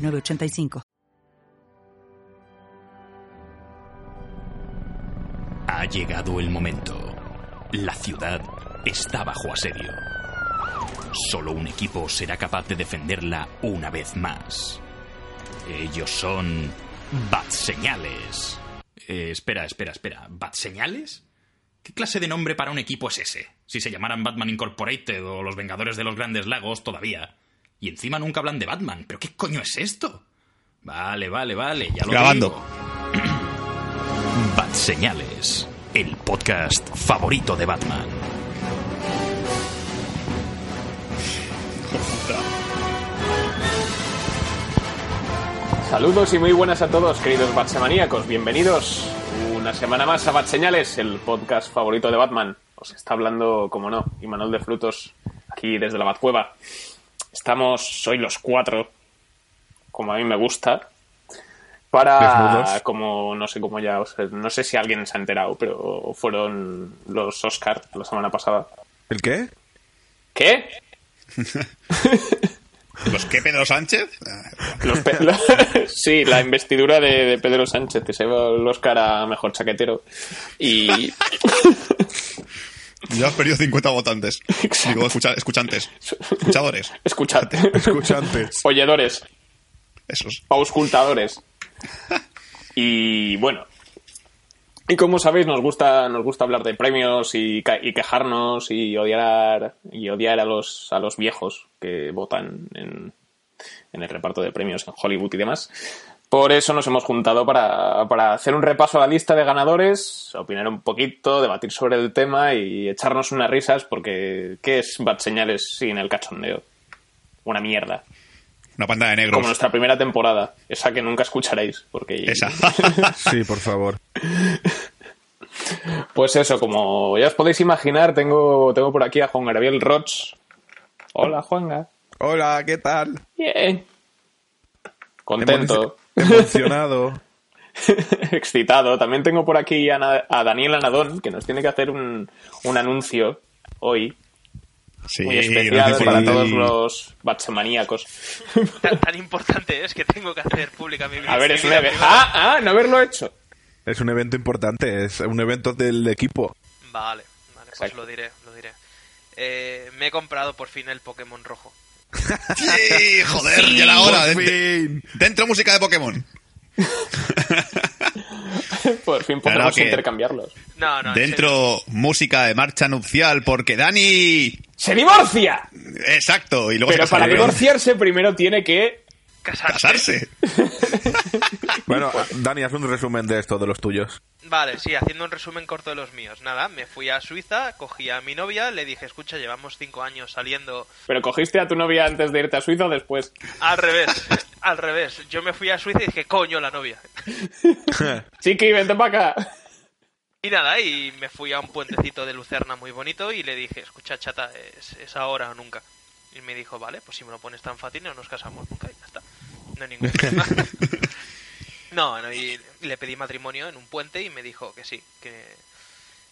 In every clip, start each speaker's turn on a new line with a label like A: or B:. A: 985.
B: Ha llegado el momento. La ciudad está bajo asedio. Solo un equipo será capaz de defenderla una vez más. Ellos son Bat Señales. Eh, espera, espera, espera. ¿Bat Señales? ¿Qué clase de nombre para un equipo es ese? Si se llamaran Batman Incorporated o los Vengadores de los Grandes Lagos todavía. Y encima nunca hablan de Batman. ¿Pero qué coño es esto? Vale, vale, vale, ya lo
C: Grabando.
B: digo. Bat Señales, el podcast favorito de Batman.
D: Saludos y muy buenas a todos, queridos Batsemaníacos. Bienvenidos una semana más a Batseñales, el podcast favorito de Batman. Os está hablando, como no, Imanol de Frutos, aquí desde la Batcueva. Estamos, soy los cuatro, como a mí me gusta, para,
C: Desnudos.
D: como, no sé cómo ya, os- no sé si alguien se ha enterado, pero fueron los Oscar la semana pasada.
C: ¿El qué?
D: ¿Qué?
C: ¿Los qué, Pedro Sánchez? Ah,
D: Los pe- lo- sí, la investidura de, de Pedro Sánchez, que se va el Oscar a mejor chaquetero. Y
C: Ya has perdido 50 votantes. Digo, escucha- escuchantes. Escuchadores.
D: escuchad,
C: Escuchantes.
D: oyedores,
C: Esos.
D: auscultadores. Y bueno. Y como sabéis, nos gusta, nos gusta hablar de premios y, ca- y quejarnos y odiar, y odiar a, los, a los viejos que votan en, en el reparto de premios en Hollywood y demás. Por eso nos hemos juntado para, para hacer un repaso a la lista de ganadores, opinar un poquito, debatir sobre el tema y echarnos unas risas, porque ¿qué es Bad Señales sin el cachondeo? Una mierda.
C: Una panda de negros.
D: Como nuestra primera temporada, esa que nunca escucharéis, porque...
C: Esa.
E: Sí, por favor.
D: Pues eso, como ya os podéis imaginar, tengo, tengo por aquí a Juan Gabriel Roch. Hola, Juanga.
E: Hola, ¿qué tal?
D: Bien. Contento,
E: Emocionado.
D: excitado. También tengo por aquí a, Na- a Daniel Anadón, que nos tiene que hacer un, un anuncio hoy,
C: Sí,
D: muy especial
C: gracias por
D: para
C: el-
D: todos los batsemaníacos.
F: tan, tan importante es que tengo que hacer pública mi vida.
D: A ver,
F: mi
D: es
F: vida
D: una... ve-
F: privada.
D: Ah, ah, no haberlo hecho.
E: Es un evento importante, es un evento del equipo.
F: Vale, vale, pues
D: Exacto.
F: lo diré, lo diré. Eh, me he comprado por fin el Pokémon rojo.
C: Sí, joder, ya era hora.
E: por
C: Dentro, dentro música de Pokémon.
D: Por fin
C: Claro
D: podemos
C: que-
D: intercambiarlos.
F: No, no, en serio.
C: Dentro música de marcha nupcial, porque Dani.
D: ¡Se divorcia!
C: Exacto, y luego
D: Pero
C: se casa
D: para
C: de-
D: divorciarse primero tiene que...
F: Casarse.
C: casarse.
E: Bueno, Dani, haz un resumen de esto, de los tuyos.
F: Vale, sí, haciendo un resumen corto de los míos. Nada, me fui a Suiza, cogí a mi novia, le dije, escucha, llevamos cinco años saliendo
D: ¿Pero cogiste a tu novia antes de irte a Suiza o después?
F: al revés. Al revés, yo me fui a Suiza y dije, coño, la novia.
D: Chiqui, vente para acá.
F: Y nada, y me fui a un puentecito de Lucerna muy bonito y le dije, escucha chata, es, es ahora o nunca. Y me dijo, vale, pues si me lo pones tan fácil no nos casamos nunca y ya está. No hay ningún problema. no, no, y le pedí matrimonio en un puente y me dijo que sí, que,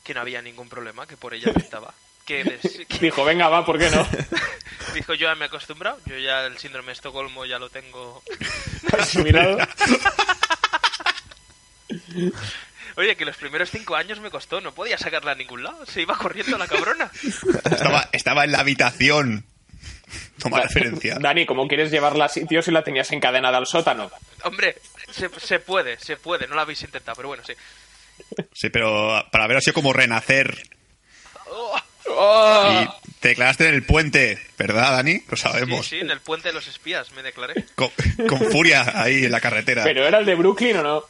F: que no había ningún problema, que por ella aceptaba. Que, des- que-
D: Dijo, venga, va, ¿por qué no?
F: dijo, yo ya me he acostumbrado, yo ya el síndrome de Estocolmo ya lo tengo.
D: Asumirado.
F: Oye, que los primeros cinco años me costó, no podía sacarla a ningún lado, se iba corriendo la cabrona.
C: Estaba, estaba en la habitación. Toma referencia.
D: Dani, como quieres llevarla a sitios si la tenías encadenada al sótano?
F: Hombre, se, se puede, se puede, no la habéis intentado, pero bueno, sí.
C: Sí, pero para haber sido como renacer.
F: Oh.
C: Y te declaraste en el puente, ¿verdad, Dani? Lo
F: Sí,
C: sabemos.
F: sí, en el puente de los espías me declaré.
C: Con, con furia ahí en la carretera.
D: ¿Pero era el de Brooklyn o no?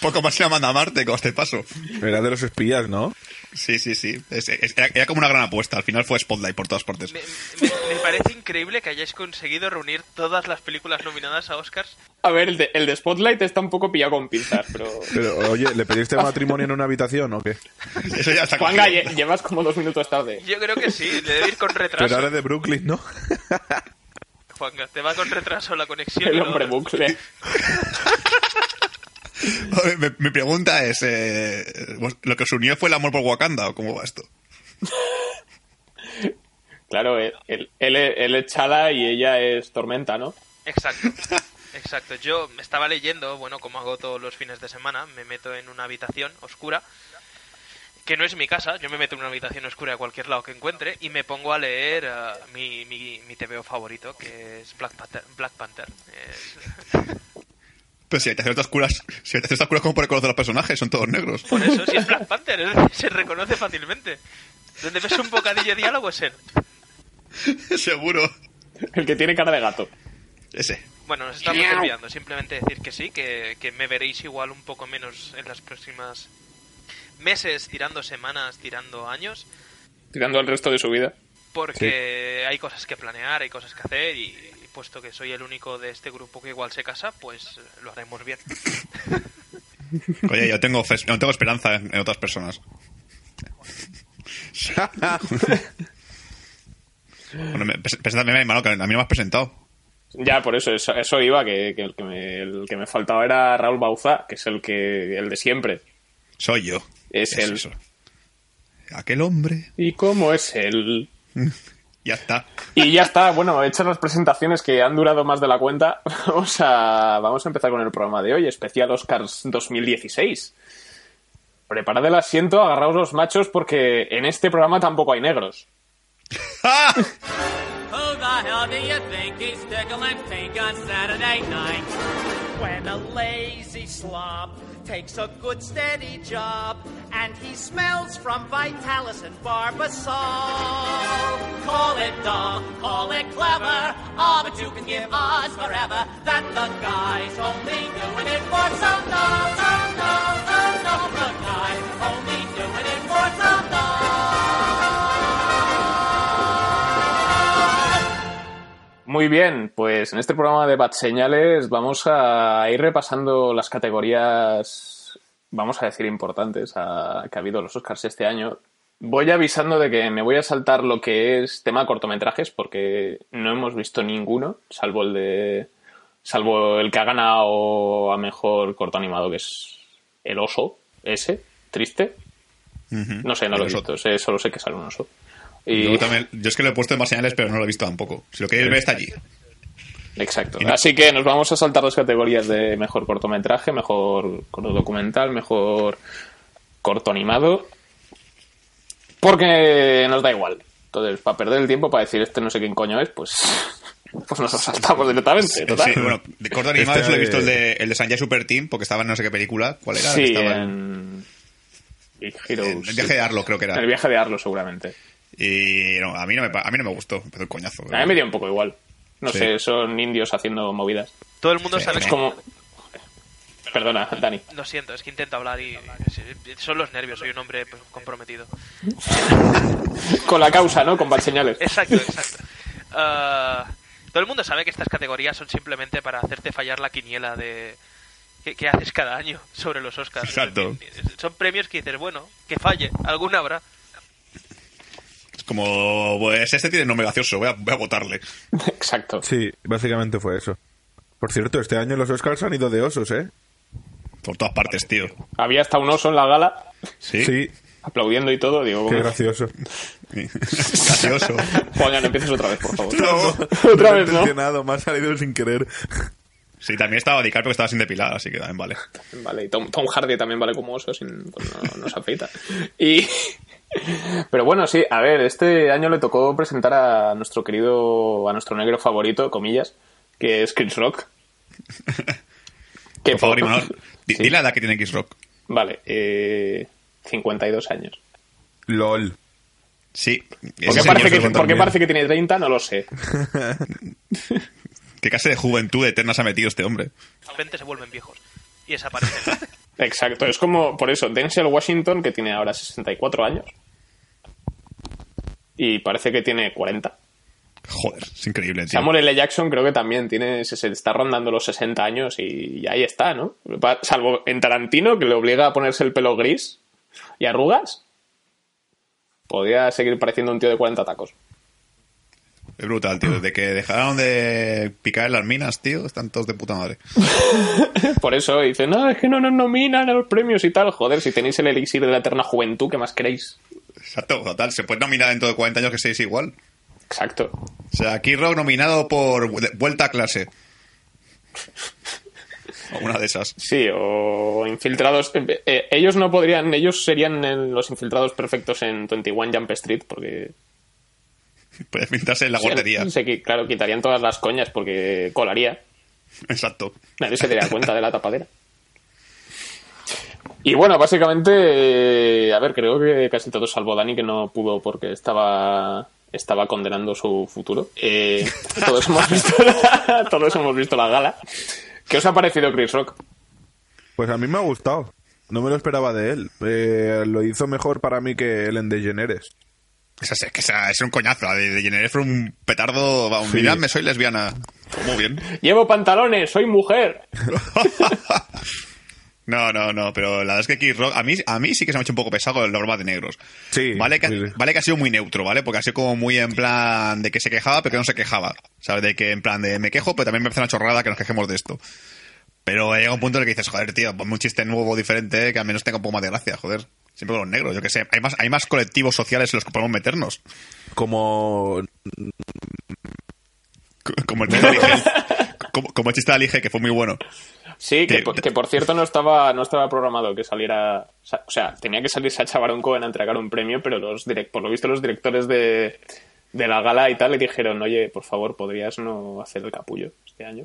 C: Poco más se la manda a Marte con este paso.
E: Era de los espías, ¿no?
C: Sí, sí, sí. Es- es- era, era como una gran apuesta. Al final fue Spotlight por todas partes.
F: Me, me- me parece increíble que hayáis conseguido reunir todas las películas nominadas a Oscars.
D: A ver, el de, el de Spotlight está un poco pillado con pinzas, pero.
E: Pero, oye, ¿le pediste matrimonio en una habitación o qué?
C: Eso ya está
D: Juanga,
C: cogido.
D: lle- llevas como dos minutos tarde.
F: Yo creo que sí, le debe ir con
E: Pero
F: retraso.
E: ahora es de Brooklyn, ¿no?
F: Juanga, te va con retraso la conexión. y
D: El
F: lo-
D: hombre bucle.
C: Mi, mi pregunta es, eh, ¿vos- ¿lo que os unió fue el amor por Wakanda o cómo va esto?
D: Claro, él, él- él es- él es Chala y ella es Tormenta, ¿no?
F: Exacto. Exacto. Yo me estaba leyendo, bueno, como hago todos los fines de semana, me meto en una habitación oscura, que no es mi casa, yo me meto en una habitación oscura a cualquier lado que encuentre y me pongo a leer eh, mi, mi, mi TVO favorito, que es Black Panther. Black Panther. Eh, Es-
C: Pero Pues si habitaciones oscuras, si habitaciones oscuras, ¿cómo puede conocer a los personajes? Son todos negros.
F: por eso, si es Black Panther, es decir, se reconoce fácilmente. Donde ves un bocadillo de diálogo es él.
C: Seguro.
D: El que tiene cara de gato.
C: Ese.
F: Bueno, nos estamos olvidando. Simplemente decir que sí, que, que me veréis igual un poco menos en las próximas meses, tirando semanas, tirando años,
D: Tirando el resto de su vida.
F: porque hay cosas que planear, hay cosas que hacer y, y puesto que soy el único de este grupo que igual se casa, pues eh, lo haremos bien.
C: Oye, yo tengo, fe- yo tengo esperanza en, en otras personas. Bueno, me, pres- preséntame a mi hermano, que a mí no me has presentado.
D: Ya, por eso, eso, eso iba, que, que el, que me, el que me faltaba era Raúl Bauza, que es el que el de siempre.
C: Soy yo.
D: Es él.
C: eso. Aquel hombre.
D: ¿Y cómo es él?
C: Ya está.
D: Y ya está, bueno, hechas las presentaciones que han durado más de la cuenta, vamos a, vamos a empezar con el programa de hoy, especial Oscars 2016. Preparad el asiento, agarraos los machos, porque en este programa tampoco hay negros.
C: ¡Ah!
G: Who the hell do you think he's tickling pink on Saturday night? When a lazy slob takes a good steady job and he smells from Vitalis and Barbasol. Call it dull, call it clever, all but you can give us forever that the guy's only doing it for some dough, some dough, some dough. The guy's only doing it for some
D: Muy bien, pues en este programa de Bad Señales vamos a ir repasando las categorías, vamos a decir importantes, a- que ha habido en los Oscars este año. Voy avisando de que me voy a saltar lo que es tema cortometrajes, porque no hemos visto ninguno, salvo el de. salvo el que ha ganado a mejor corto animado, que es el oso, ese, triste. No sé, no lo he
C: El oso.
D: visto, sé- solo sé que sale un oso. Y-
C: Yo, también- yo es que lo he puesto en más señales, pero no lo he visto tampoco. Si lo queréis ver, está allí.
D: Exacto.
C: Y no-
D: Así que nos vamos a saltar las categorías de mejor cortometraje, mejor corto documental, mejor corto animado. Porque nos da igual. Entonces, para perder el tiempo, para decir este no sé quién coño es, pues, pues nos lo saltamos directamente.
C: Sí,
D: total.
C: bueno, de corto animado
E: Este-
C: solo he visto el de, el de Sanjay Super Team, porque estaba en no sé qué película. ¿Cuál era?
D: Sí,
C: Estaba en-
D: en... Big Heroes.
C: en el viaje de Arlo, creo que
D: En el
C: era.
D: viaje de Arlo, seguramente.
C: Y no, a, mí no me, pa- a mí no me gustó. Empezó el coñazo.
D: A mí me dio un poco igual. No
C: Sí.
D: sé, son indios haciendo movidas.
F: Todo el mundo sabe
D: Es
F: que...
D: como... Perdona, Dani.
F: Lo siento, es que intento hablar y son los nervios, soy un hombre pues, comprometido.
D: Con la causa, ¿no? Con bad señales.
F: Exacto, exacto. Ah, todo el mundo sabe que estas categorías son simplemente para hacerte fallar la quiniela de que, que haces cada año sobre los Oscars.
C: Exacto.
F: Son premios que dices, bueno, que falle, alguna habrá.
C: Es como, pues este tiene nombre gracioso, voy a, voy a votarle.
D: Exacto.
E: Sí, básicamente fue eso. Por cierto, este año los Oscars han ido de osos, ¿eh?
C: Por todas partes, tío.
D: Había hasta un oso en la gala,
C: Sí.
D: aplaudiendo y todo. Digo,
E: qué
D: bueno,
E: gracioso.
C: gracioso.
D: Juan, ya no empieces otra vez, por favor.
E: No
D: otra
E: he
D: vez, ¿no?
E: intencionado, me ha salido sin querer.
C: Sí, también estaba DiCaprio que estaba sin depilar, así que también vale.
D: Vale, y Tom, Tom Hardy también vale como oso, sin, pues no, no se afeita. Y... Pero bueno, sí, a ver, este año le tocó presentar a nuestro querido, a nuestro negro favorito, comillas, que es Chris Rock. Que
C: Por favor, Imanol, di,
D: Sí.
C: di la edad que tiene X-Rock.
D: Vale, eh, 52 años.
E: LOL.
C: Sí. ese
D: ¿Por qué,
C: señor
D: parece
C: se
D: que,
C: cuenta
D: por qué
C: bien.
D: parece que tiene 30? No lo sé.
C: ¿Qué clase de juventud eterna se ha metido este hombre?
F: De repente se vuelven viejos y desaparecen.
D: Exacto, es como, por eso, Denzel Washington, que tiene ahora 64 años, y parece que tiene 40.
C: Joder, es increíble, tío.
D: Samuel L. Jackson creo que también tiene, se, se está rondando los 60 años y, y ahí está, ¿no? Pa- Salvo en Tarantino, que le obliga a ponerse el pelo gris y arrugas, podría seguir pareciendo un tío de 40 tacos.
C: Es brutal, tío. Desde que dejaron de picar en las minas, tío, están todos de puta madre.
D: Por eso dice, no, es que no nos nominan a los premios y tal. Joder, si tenéis el elixir de la eterna juventud, ¿qué más queréis?
C: Exacto, total. Se puede nominar dentro de 40 años que seis igual.
D: Exacto.
C: O sea, aquí Rock nominado por vu- Vuelta a clase. O una de esas.
D: Sí, o infiltrados. eh, eh, ellos no podrían, ellos serían eh, los infiltrados perfectos en 21 Jump Street, porque
C: Puedes pintarse en la guardería.
D: Se qui- claro, quitarían todas las coñas porque colaría.
C: Exacto.
D: Nadie se daría cuenta de la tapadera. Y bueno, básicamente, eh, a ver, creo que casi todo salvo Dani que no pudo porque estaba estaba condenando su futuro. Eh, todos hemos visto la, todos hemos visto la gala. ¿Qué os ha parecido Chris Rock?
E: Pues a mí me ha gustado. No me lo esperaba de él. Eh, lo hizo mejor para mí que Ellen DeGeneres.
C: Esa, es que esa- es un coñazo. La de, de Jennifer fue un petardo. Vamos,
E: Sí.
C: miradme, soy lesbiana. Pues Muy bien.
D: Llevo pantalones, soy mujer.
C: No, no, no, pero la verdad es que Kid Rock, a mí, a mí sí que se me ha hecho un poco pesado la broma de negros.
E: Sí,
C: Vale que,
E: sí, sí.
C: vale que ha sido muy neutro, ¿vale? Porque ha sido como muy en plan de que se quejaba, pero que no se quejaba. ¿Sabes? De que en plan de me quejo, pero también me parece una chorrada que nos quejemos de esto. Pero llega un punto en el que dices, joder, tío, ponme un chiste nuevo, diferente, que al menos tenga un poco más de gracia, joder. Siempre con los negros, yo que sé. Hay más, hay más colectivos sociales en los que podemos meternos.
E: Como
C: Co- Como el chiste de Alige. Como, como el chiste de Alige, que fue muy bueno.
D: Sí, que,
C: Te-
D: por-
C: te-
D: que por cierto no estaba, no estaba programado que saliera. O sea, tenía que salir Sacha Baron Cohen a entregar un premio, pero los direc- por lo visto los directores de, de la gala y tal le dijeron, oye, por favor, ¿podrías no hacer el capullo este año?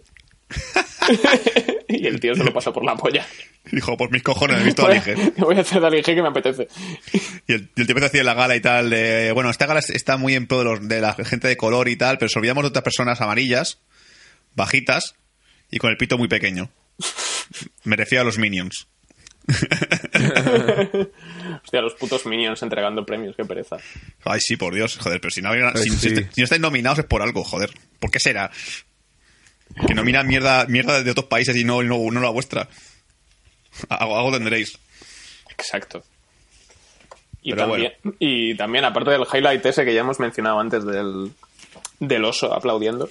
D: y el tío se lo pasó por la polla.
C: Y Dijo, por mis cojones, he visto a
D: Voy
C: Alige.
D: a, voy a hacer la Lige que me apetece.
C: Y el, y el tío empezó a decir en la gala y tal, de, bueno, esta gala es- está muy en pro de, los- de la gente de color y tal, pero se olvidamos de otras personas amarillas, bajitas y con el pito muy pequeño. Me refiero a los minions.
D: Hostia, los putos minions entregando premios, qué pereza.
C: Ay, sí, por Dios, joder, pero si no, habría-
E: Ay,
C: si-
E: sí.
C: si est- si no estáis nominados es por algo, joder. ¿Por qué será? Que nominan mierda, mierda de otros países y no, no, no la vuestra. Algo, algo tendréis.
D: Exacto. Y
C: Pero
D: también, y también, aparte del highlight ese que ya hemos mencionado antes del, del oso aplaudiendo,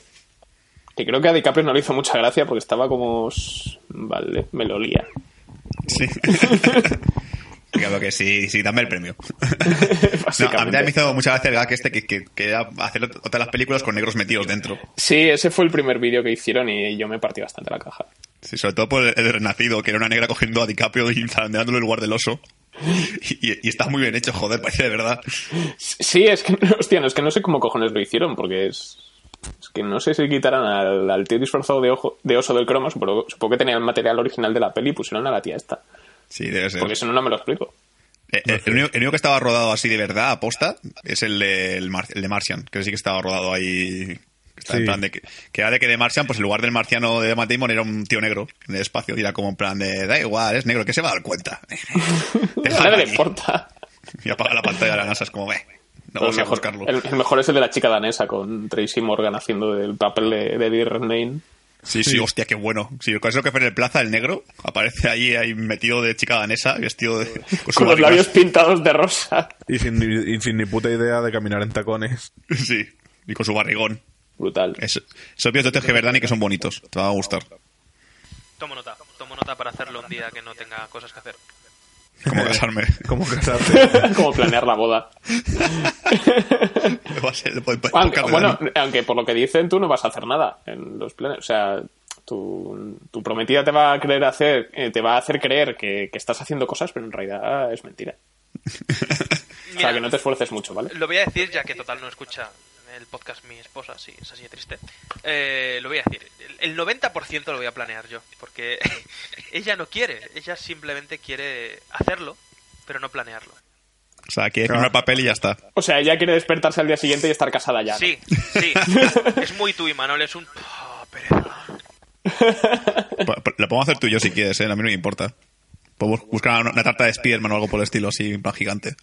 D: que creo que a DiCaprio no le hizo mucha gracia porque estaba como... "S- Vale, me lo lía.
C: Sí. claro que sí, sí, dame el premio. No, a mí
D: Básicamente.
C: también me hizo muchas gracia el gag este que, que, que era hacer otra de las películas con negros metidos dentro.
D: Sí, ese fue el primer vídeo que hicieron y yo me partí bastante la caja.
C: Sí, sobre todo por el, el Renacido, que era una negra cogiendo a DiCaprio y zarandeándolo en lugar del oso. Y, y- y está muy bien hecho, joder, parece de verdad.
D: Sí, es que, hostia, no, es que no sé cómo cojones lo hicieron, porque es, es que no sé si quitaron al, al tío disfrazado de, ojo, de oso del cromo, supongo, supongo que tenía el material original de la peli y pusieron a la tía esta,
C: Sí, debe ser.
D: porque eso no, no me lo explico.
C: Eh, eh, el, único, el único que estaba rodado así de verdad, aposta, es el de, el Mar- el de Martian, que sí que estaba rodado ahí. que Está en
E: Sí.
C: plan de que, que era de que de Martian, pues en lugar del marciano de Matt Damon era un tío negro en el espacio. Y era como en plan de, da igual, es negro, que se va a dar cuenta.
D: A
C: Déjalo
D: nadie le
C: ahí.
D: importa.
C: Y apaga la pantalla de la NASA, es como, ve, no vamos a
D: mejor,
C: buscarlo.
D: el- el mejor es el de la chica danesa con Tracy Morgan haciendo el papel de, de Eddie Redmayne.
C: Sí, sí, hostia, qué bueno. Sí, con eso que fue en el plaza, el negro, aparece ahí, ahí metido de chica danesa, vestido de. Con, su
D: Con los
C: bodyguard.
D: labios pintados de rosa.
E: y sin, ni- y sin ni puta idea de caminar en tacones.
C: Sí, y con su barrigón.
D: Brutal.
C: Es, esos vídeos de verdad y que son bonitos. Te van a gustar.
F: Tomo nota, tomo nota para hacerlo un día que no tenga cosas que hacer.
C: Como casarme.
E: Como casarse.
D: Como planear la boda.
C: Va a ser el podcast
D: Aunque,
C: de
D: bueno,
C: Dani.
D: aunque por lo que dicen, tú no vas a hacer nada en los planes. O sea, tu, tu prometida te va a creer hacer, eh, te va a hacer creer que, que estás haciendo cosas, pero en realidad es mentira. O sea,
F: Mira,
D: que no te esfuerces mucho, ¿vale?
F: Lo voy a decir ya que total no escucha el podcast mi esposa, sí, es así de triste. Eh, lo voy a decir, el el 90% lo voy a planear yo, porque ella no quiere, ella simplemente quiere hacerlo, pero no planearlo.
C: O sea, que firmar papel y ya está.
D: O sea, ella quiere despertarse al día siguiente y estar casada ya. ¿no?
F: Sí, sí, es muy tú, Imanol, es un... Oh, pereza.
C: Pa- pa- Lo podemos hacer tú y yo si quieres, ¿eh? A mí no me importa. Podemos buscar una, una tarta de Spiderman o algo por el estilo, así, en plan gigante.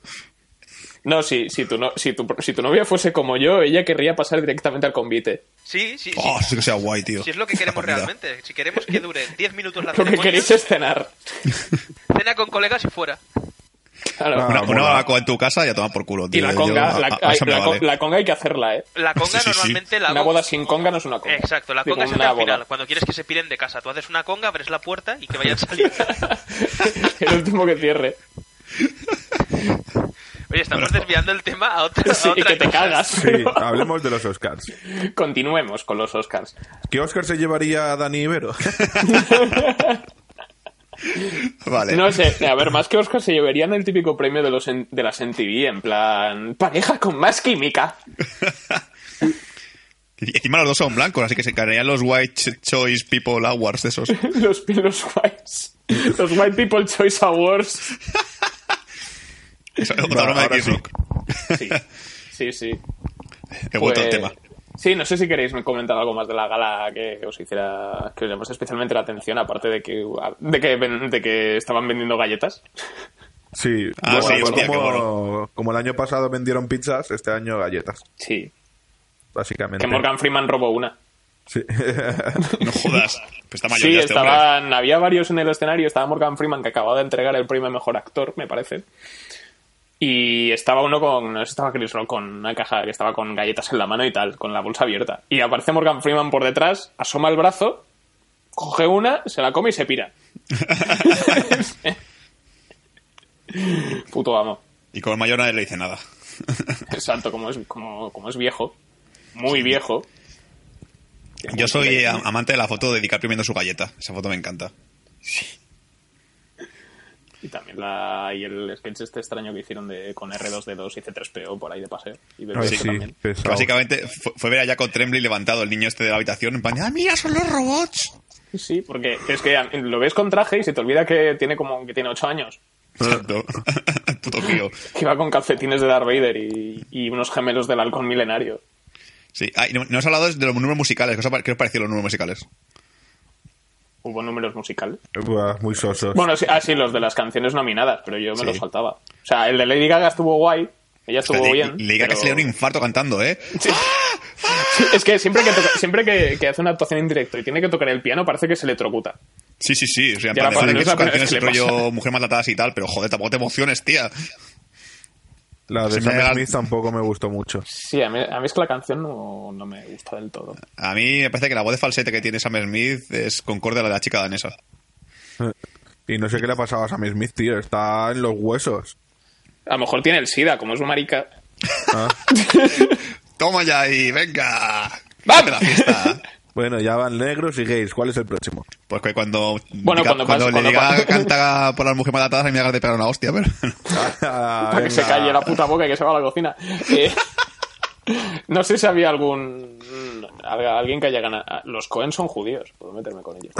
D: No, si, si, tu no si, tu, si tu novia fuese como yo, ella querría pasar directamente al convite.
F: Sí, sí, sí.
C: Oh, sí que sea guay, tío.
F: Si es lo que queremos
C: Una comida.
F: realmente. Si queremos que dure 10 minutos la
D: Lo que
F: ceremonia,
D: queréis es cenar.
F: cena con colegas y fuera.
D: Claro.
E: Ah,
C: Una,
E: mola.
C: una barbacoa en tu casa y a tomar por culo,
D: y
C: tío.
D: la
C: eh, Yo-
D: conga,
C: a-
D: la,
C: a- a
D: hay-
C: eso me
D: la con-
C: vale.
D: la conga hay que hacerla, ¿eh?
F: La conga
C: Sí, sí, sí.
F: normalmente la
D: Una boda sin conga no es una conga.
F: Exacto, la
D: Digo,
F: conga es
D: una
F: hasta el
D: boda.
F: final, cuando quieres que se piren de casa. Tú haces una conga, abres la puerta y que vayan saliendo.
D: el último que cierre.
F: Oye, estamos desviando el tema a otra, a
D: Sí, y
F: otra
D: que te
F: cosa.
D: cagas.
E: Sí,
D: pero-
E: hablemos de los Oscars.
D: Continuemos con los Oscars.
E: ¿Qué Oscar se llevaría a Dani Ibero?
C: Vale.
D: No sé, a ver, más que Oscar se llevarían el típico premio de, los en- de las MTV, en plan, pareja con más química.
C: Y encima los dos son blancos, así que se caerían los White Ch- Choice People Awards de esos.
D: Los, los whites. Los White People Choice Awards.
C: Esa es
E: Va,
C: Otra broma de
E: ahora
C: Kid
E: sí.
C: Rock.
D: Sí, sí, sí.
C: He vuelto al
D: Pues-
C: tema.
D: Sí, no sé si queréis comentar algo más de la gala que, que os hiciera, que os llamase especialmente la aten- atención, aparte de que, de que, ven- de que estaban vendiendo galletas.
E: Sí,
C: Ah,
E: bueno,
C: sí,
E: pues
C: hostia, qué
E: como, como el año pasado vendieron pizzas, este año galletas,
D: Sí.
E: básicamente.
D: Que Morgan Freeman robó una.
E: Sí.
C: No jodas. Pero está mayor
D: Sí,
C: ya este hombre.
D: estaban, había varios en el escenario. Estaba Morgan Freeman, que acababa de entregar el premio a Mejor Actor, me parece. Y estaba uno con, no sé si estaba Chris Rock con una caja que estaba con galletas en la mano y tal, con la bolsa abierta. Y aparece Morgan Freeman por detrás, asoma el brazo, coge una, se la come y se pira. Puto amo.
C: Y con el mayor nadie le dice nada.
D: Exacto, como es, como, como es viejo. Muy viejo.
C: Yo soy eh, am- amante de la foto de DiCaprio viendo su galleta. Esa foto me encanta.
D: Y también la, y el sketch este extraño que hicieron de, con R2D2 y C3PO por ahí de paseo. Y
E: Ay,
D: BB-8
E: sí,
D: también.
E: pesado.
C: Que básicamente fu- fue ver allá con Tremblay levantado el niño este de la habitación en plan, ¡Ah, mira, son los robots!
D: Sí, porque es que a- lo ves con traje y se te olvida que tiene como que tiene 8 años.
C: Exacto. El Puto tío.
D: Que va con calcetines de Darth Vader y, y unos gemelos del halcón milenario.
C: Sí. Ah, y no, no has hablado de los números musicales. ¿Qué os, ha pare- qué os parecieron los números musicales?
D: Hubo números musicales.
E: Buah, muy sosos.
D: Bueno, sí, ah, sí, los de las canciones nominadas, pero yo me
C: Sí.
D: los faltaba. O sea, el de Lady Gaga estuvo guay. Ella estuvo
C: Le-
D: bien.
C: le diga
D: pero-
C: que se le dio un infarto cantando, ¿eh?
D: Sí, es que siempre que, toca- siempre que, que hace una actuación en directo y tiene que tocar el piano, parece que se le trocuta.
C: Sí, sí, sí. O sea, en
D: Ya
C: plan,
D: la
C: de,
D: pasa- no
C: que
D: es la
C: sus
D: primera
C: canciones
D: vez que le
C: rollo Mujer Maltratadas y tal, pero joder, tampoco te emociones, tía.
E: La
C: se
E: de
C: me
E: Sam
C: da-
E: Smith tampoco me gustó mucho.
D: Sí, a mí, a mí es que la canción no, no me gusta del todo.
C: A mí me parece que la voz de falsete que tiene Sam Smith es concorde a la de la chica danesa.
E: Y no sé qué le ha pasado a Sam Smith, tío. Está en los huesos.
D: A lo mejor tiene el SIDA, como es un marica.
E: Ah.
C: ¡Toma ya y venga! ¡Vamos a la fiesta!
E: Bueno, ya van negros y gays. ¿Cuál es el próximo?
C: Pues que cuando,
D: Bueno, cuando pasa-
C: le
D: cuando
C: diga
D: pasa-
C: canta por las mujeres malatadas, a mí me da ganas de pegar una hostia, pero...
E: Ah,
D: para que se
E: venga.
D: calle la puta boca y que se va a la cocina. Eh, no sé si había algún. había alguien que haya ganado. Ah, Los Cohen son judíos, puedo meterme con ellos.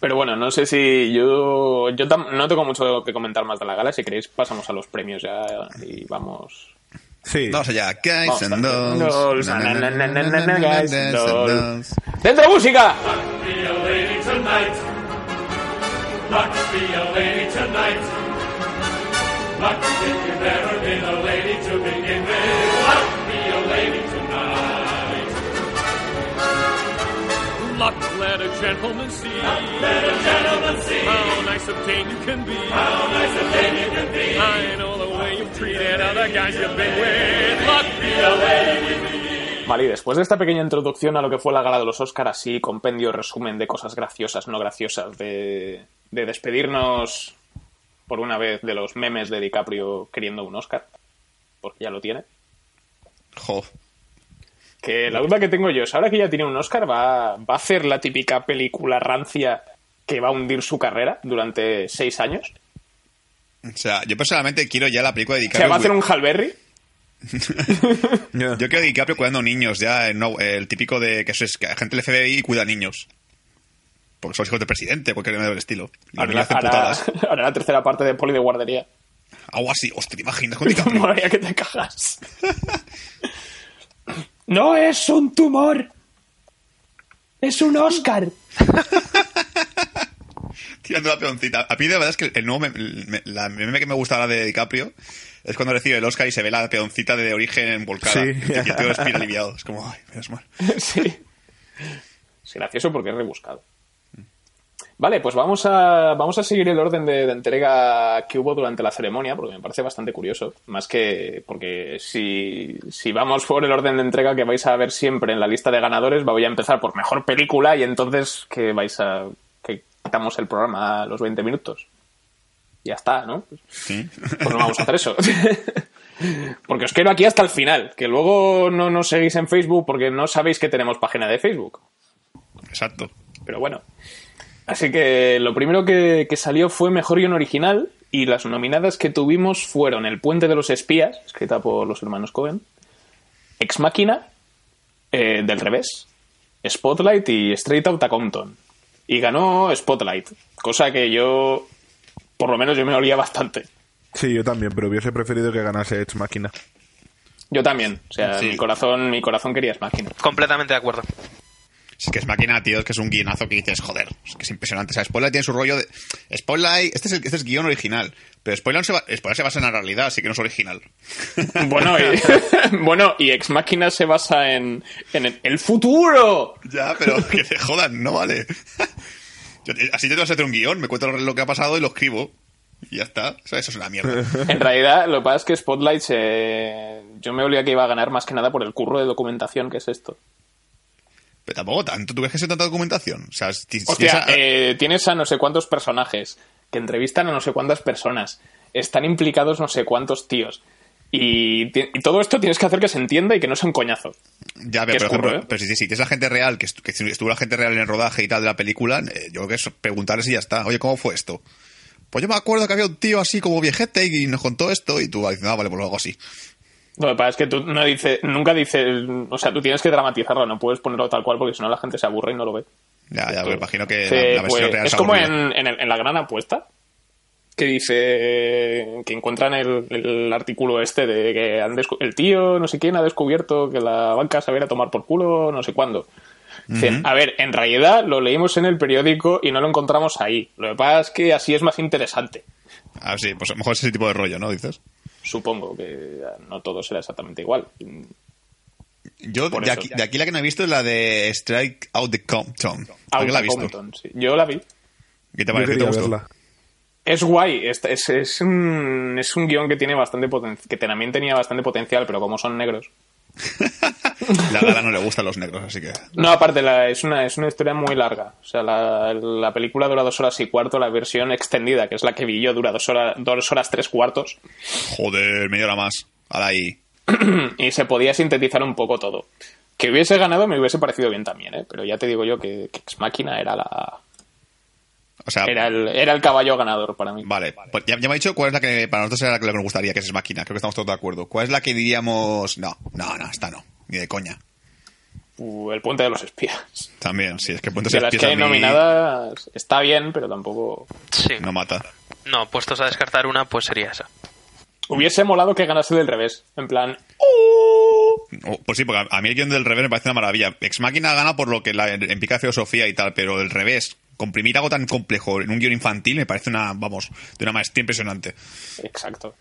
D: Pero bueno, no sé si yo. Yo tam- no tengo mucho que comentar más de la gala. Si queréis, pasamos a los premios ya y vamos.
E: Sí.
C: Vamos allá. Guys
D: Vamos
C: and
D: a-
C: dolls.
D: Na, na,
C: Na,
D: na, na, na, na,
C: guys
D: guys
C: and
D: and
C: dolls.
D: dolls. ¡Dentro música!
G: Luck, let a gentleman see. let a gentleman see. How nice a thing you can be. How nice a thing you can be. I know the way you've treated other guys you've been with. Luck be a lady.
D: Vale, y después de esta pequeña introducción a lo que fue la gala de los Oscar, así compendio, resumen de cosas graciosas, no graciosas, de, de despedirnos por una vez de los memes de DiCaprio queriendo un Oscar, porque ya lo tiene.
C: Jo.
D: Que la duda que tengo yo es, ahora que ya tiene un Oscar, ¿va, va a hacer la típica película rancia que va a hundir su carrera durante seis años?
C: O sea, yo personalmente quiero ya la película de
D: O sea,
C: DiCaprio.
D: ¿va a hacer un Halberry?
E: Ya.
C: Yo quiero DiCaprio cuidando niños ya, eh, no, el típico de que eso es que la gente del FBI cuida niños. Porque son hijos del presidente, cualquier cosa del estilo. Y los
D: Ahora,
C: niños hacen
D: ahora,
C: putadas.
D: ahora la tercera parte de Poli de guardería.
C: Algo así, hostia, ¿te imaginas con DiCaprio?
D: Molaría que te cagas. No es un tumor. Es un Oscar.
C: tirando la peoncita. A mí, de verdad, es que el nuevo meme- me- la meme que me gusta ahora de DiCaprio es cuando recibe el Oscar y se ve la peoncita de origen envolcada.
E: Sí.
C: Y el tío respira aliviado. Es como, ay, menos mal.
D: sí. Es gracioso porque es rebuscado. Vale, pues vamos a, vamos a seguir el orden de, de entrega que hubo durante la ceremonia, porque me parece bastante curioso. Más que porque si, si vamos por el orden de entrega que vais a ver siempre en la lista de ganadores, voy a empezar por mejor película y entonces que vais a. que quitamos el programa a los 20 minutos. Ya está, ¿no?
C: Sí.
D: pues no vamos a hacer eso. porque os quiero aquí hasta el final, que luego no nos seguís en Facebook porque no sabéis que tenemos página de Facebook.
C: Exacto.
D: Pero bueno. Así que lo primero que, que salió fue Mejor Guión Original y las nominadas que tuvimos fueron El Puente de los Espías, escrita por los hermanos Cohen, Ex Máquina, eh, Del Revés, Spotlight y Straight Outta Compton. Y ganó Spotlight, cosa que yo, por lo menos yo me olía bastante.
E: Sí, yo también, pero hubiese preferido que ganase Edge Máquina.
D: Yo también, o sea,
C: Sí.
D: mi corazón, mi corazón quería es máquina.
F: Completamente de acuerdo.
C: Es que es máquina, tío, es que es un guionazo que dices, joder, es que es impresionante. O sea, Spoiler tiene su rollo de. Spoiler, este es, el- este es guión original, pero Spoiler, no se, va- Spoiler se basa en la realidad, así que no es original.
D: Bueno, y, bueno, y Ex Máquina se basa en, en el, el futuro.
C: Ya, pero que te jodan, no vale. Yo te- así yo te vas a hacer un guión, me cuento lo que ha pasado y lo escribo. Y ya está. O sea, eso es una mierda.
D: En realidad, lo que pasa es que Spotlight se... yo me olía que iba a ganar más que nada por el curro de documentación que es esto.
C: Pero tampoco tanto. ¿Tú crees que sea tanta documentación? O sea, si- si
D: Hostia,
C: esa-
D: eh, tienes a no sé cuántos personajes que entrevistan a no sé cuántas personas. Están implicados no sé cuántos tíos. Y, ti- y todo esto tienes que hacer que se entienda y que no sea un coñazo.
C: Ya,
D: que
C: pero, por
D: es
C: ejemplo,
D: curro, ¿eh?
C: pero si, si tienes la gente real, que, estu- que estuvo la gente real en el rodaje y tal de la película, eh, yo creo que es preguntarles y ya está. Oye, ¿cómo fue esto? Pues yo me acuerdo que había un tío así como viejete y nos contó esto y tú dices, ah, vale, pues lo hago así.
D: Lo que pasa es que tú no dices, nunca dices, o sea, tú tienes que dramatizarlo, no puedes ponerlo tal cual porque si no la gente se aburre y no lo ve.
C: Ya, ya,
D: Tú-
C: me imagino que
D: Pues, Sí,
C: Eh, la, la versión
D: pues,
C: real
D: es como
C: aburrida.
D: en, en el- en la gran apuesta que dice eh, que encuentran el, el artículo este de que han descu- el tío no sé quién ha descubierto que la banca se va a ir a tomar por culo no sé cuándo. Dicen, a ver, en realidad lo leímos en el periódico y no lo encontramos ahí. Lo que pasa es que así es más interesante.
C: Ah, sí, pues a lo mejor es ese tipo de rollo, ¿no? Dices.
D: Supongo que no todo será exactamente igual.
C: Yo,
D: Por
C: de
D: eso.
C: aquí, de aquí la que no he visto es la de Strike Out the Compton. ¿Alguien Ah, la ha visto?
D: Autocompton, sí. Yo la vi.
C: ¿Qué te
E: Yo
C: parece? ¿Te
E: quería
C: gustó?
E: verla.
D: Es guay, es, es, es un, es un guión que tiene bastante poten- que también tenía bastante potencial, pero como son negros.
C: La Lala no le gustan los negros, así que.
D: No, aparte, la- es, una, es una historia muy larga. O sea, la, la película dura dos horas y cuarto, la versión extendida, que es la que vi yo, dura dos, horas dos horas tres cuartos,
C: Joder, media hora más. Ahora ahí.
D: y se podía sintetizar un poco todo. Que hubiese ganado me hubiese parecido bien también, ¿eh? pero ya te digo yo que, que Ex Máquina era, la,
C: O sea,
D: era, el, era el caballo ganador para mí.
C: Vale, pues ya, ya me ha dicho cuál es la que para nosotros era la que nos gustaría, que es máquina. Creo que estamos todos de acuerdo. ¿Cuál es la que diríamos? No, no, no, esta no. Ni de coña.
D: Uh, el puente de los espías.
C: También, sí, es que puntos
D: De las que hay nominadas está bien, pero tampoco...
F: Sí.
C: No
F: No.
C: mata.
F: puestos a descartar una, pues sería esa.
D: Hubiese molado que ganase del revés. En plan,
C: O- pues sí, porque a, a mí el guión del revés me parece una maravilla. Ex máquina gana por lo que la, implica filosofía y tal, pero el revés, comprimir algo tan complejo en un guión infantil me parece una, vamos, de una maestría impresionante.
D: exacto.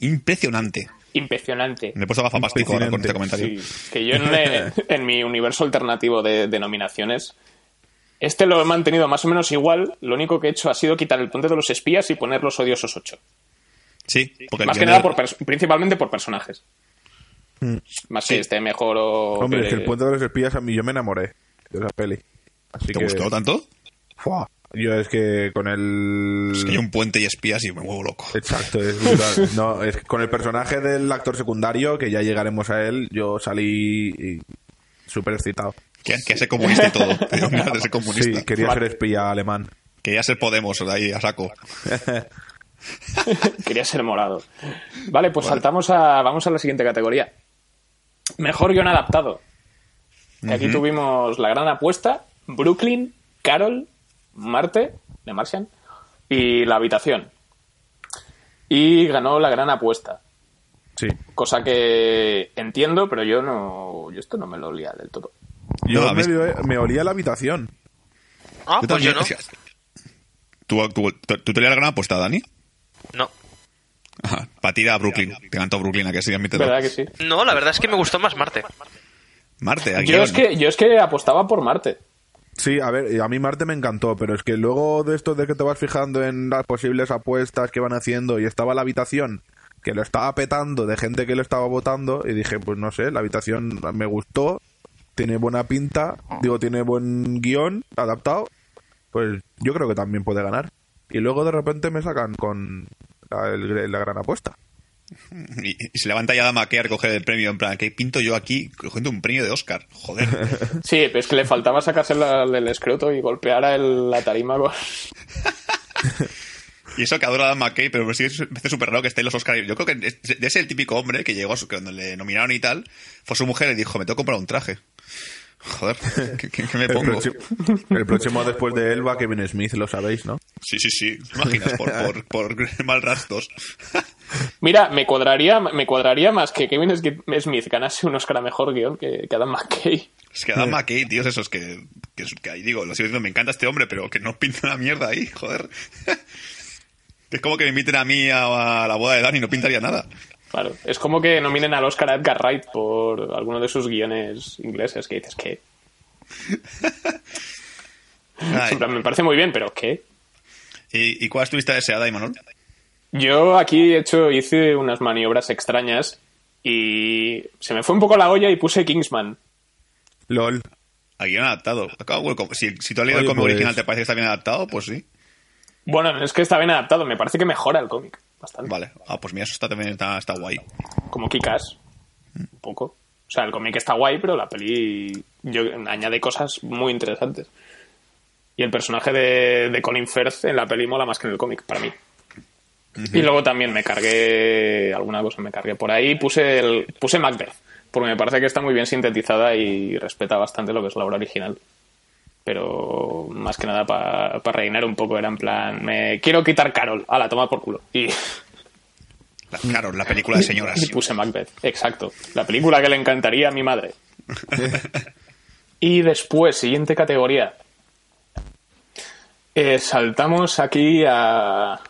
C: Impresionante.
D: Impresionante.
C: Me he puesto gafapástico ahora con este comentario.
D: Sí, que yo en, eh, en mi universo alternativo de denominaciones, este lo he mantenido más o menos igual. Lo único que he hecho ha sido quitar el puente de los espías y poner los odiosos 8.
C: Sí, porque el
D: Más que
C: guión
D: nada,
C: del-
D: por pers- principalmente por personajes. Más que este mejor o.
E: Mm. Hombre, es que
D: eh,
E: el puente de los espías a mí yo me enamoré de esa peli. Así
C: ¿Te
E: que-
C: gustó tanto?
E: ¡Fua! Yo es que con el...
C: Es que hay un puente y espías y me muevo loco.
E: Exacto, es brutal. No, es que con el personaje del actor secundario, que ya llegaremos a él, yo salí y- súper excitado.
C: Que, que ser comunista y todo. Tenía ganas de ser comunista.
E: Sí, quería
D: Vale.
E: ser espía alemán.
C: Quería ser Podemos, ahí a saco.
D: Quería ser morado. Vale, pues saltamos a. Vamos a la siguiente categoría. Mejor guión adaptado. Y Aquí tuvimos La Gran Apuesta, Brooklyn, Carol, Marte, de Martian, y La Habitación. Y ganó La Gran Apuesta.
E: Sí.
D: Cosa que entiendo, pero yo no. Yo esto no me lo olía del todo.
E: Yo
C: No, a mí-
E: medio- me olía la habitación.
F: Ah,
C: Yo
F: pues
C: también,
F: yo no.
C: es que- ¿Tú, tú, tú, tú te le has ganado apuesta, Dani?
F: No.
C: Ajá, Patida a Brooklyn. Te cantó Brooklyn, a que sí, admítelo.
D: ¿Verdad que sí?
F: No, la verdad es que me gustó más Marte.
C: Marte, aquí.
D: Yo es que, yo es que apostaba por Marte.
E: Sí, a ver, eh, a mí Marte me encantó, pero es que luego de esto de que te vas fijando en las posibles apuestas que van haciendo y estaba la habitación que lo estaba petando de gente que lo estaba votando y dije, pues no sé, la habitación me gustó, tiene buena pinta, digo, tiene buen guión adaptado, pues yo creo que también puede ganar. Y luego de repente me sacan con la, el- la gran apuesta.
C: Y, y se levanta ya Dama Kerr, coge el premio, en plan, ¿qué pinto yo aquí cogiendo un premio de Oscar? Joder.
D: Sí, pero es que le faltaba sacarse la- el escroto y golpear a el- la tarima con...
C: y eso que adora a Dama Kerr, pero sí es- me parece súper raro que esté en los Oscars. Yo creo que es, es el típico hombre que llegó a su, que cuando le nominaron y tal, fue su mujer y le dijo, me tengo que comprar un traje. Joder, ¿qué, qué- qué me
E: El
C: pongo?
E: próximo, el próximo después de Elba, Kevin Smith, lo sabéis, ¿no?
C: Sí, sí, sí. ¿Te imaginas? Por, por, por mal rastos.
D: Mira, me cuadraría, me cuadraría más que Kevin Smith ganase un Oscar a mejor guión que, que Adam McKay.
C: Es que Adam McKay, tíos, esos que, que, que ahí digo, lo sigo diciendo, me encanta este hombre, pero que no pinta una mierda ahí, joder. Es como que me inviten a mí a, a la boda de Dani, no pintaría nada.
D: Claro, es como que nominen al Oscar a Edgar Wright por alguno de sus guiones ingleses que dices que
C: Ay,
D: en plan, me parece muy bien, pero ¿qué?
C: ¿y, y cuál es tu lista deseada, Imanol?
D: Yo aquí he hecho, hice unas maniobras extrañas y se me fue un poco la olla y puse Kingsman.
E: LOL.
C: A guión adaptado. Acabo, bueno, como- si, si tú has leído el
E: Oye,
C: cómic
E: pues-
C: original, ¿te parece que está bien adaptado? Pues sí.
D: Bueno, es que está bien adaptado, me parece que mejora el cómic bastante.
C: Vale. Ah, pues mira, eso está, también está, está guay.
D: Como Kikas, un poco. O sea, el cómic está guay, pero la peli yo, añade cosas muy interesantes. Y el personaje de, de Colin Firth en la peli mola más que en el cómic, para mí. Y luego también me cargué alguna cosa, me cargué por ahí, puse el, puse Macbeth, porque me parece que está muy bien sintetizada y respeta bastante lo que es la obra original. Pero más que nada para reinar un poco, era en plan, me quiero quitar Carol, a la toma por culo. Y,
C: La- claro, la película de señoras.
D: y puse Macbeth, exacto. La película que le encantaría a mi madre. y después, siguiente categoría. Eh, saltamos aquí a, a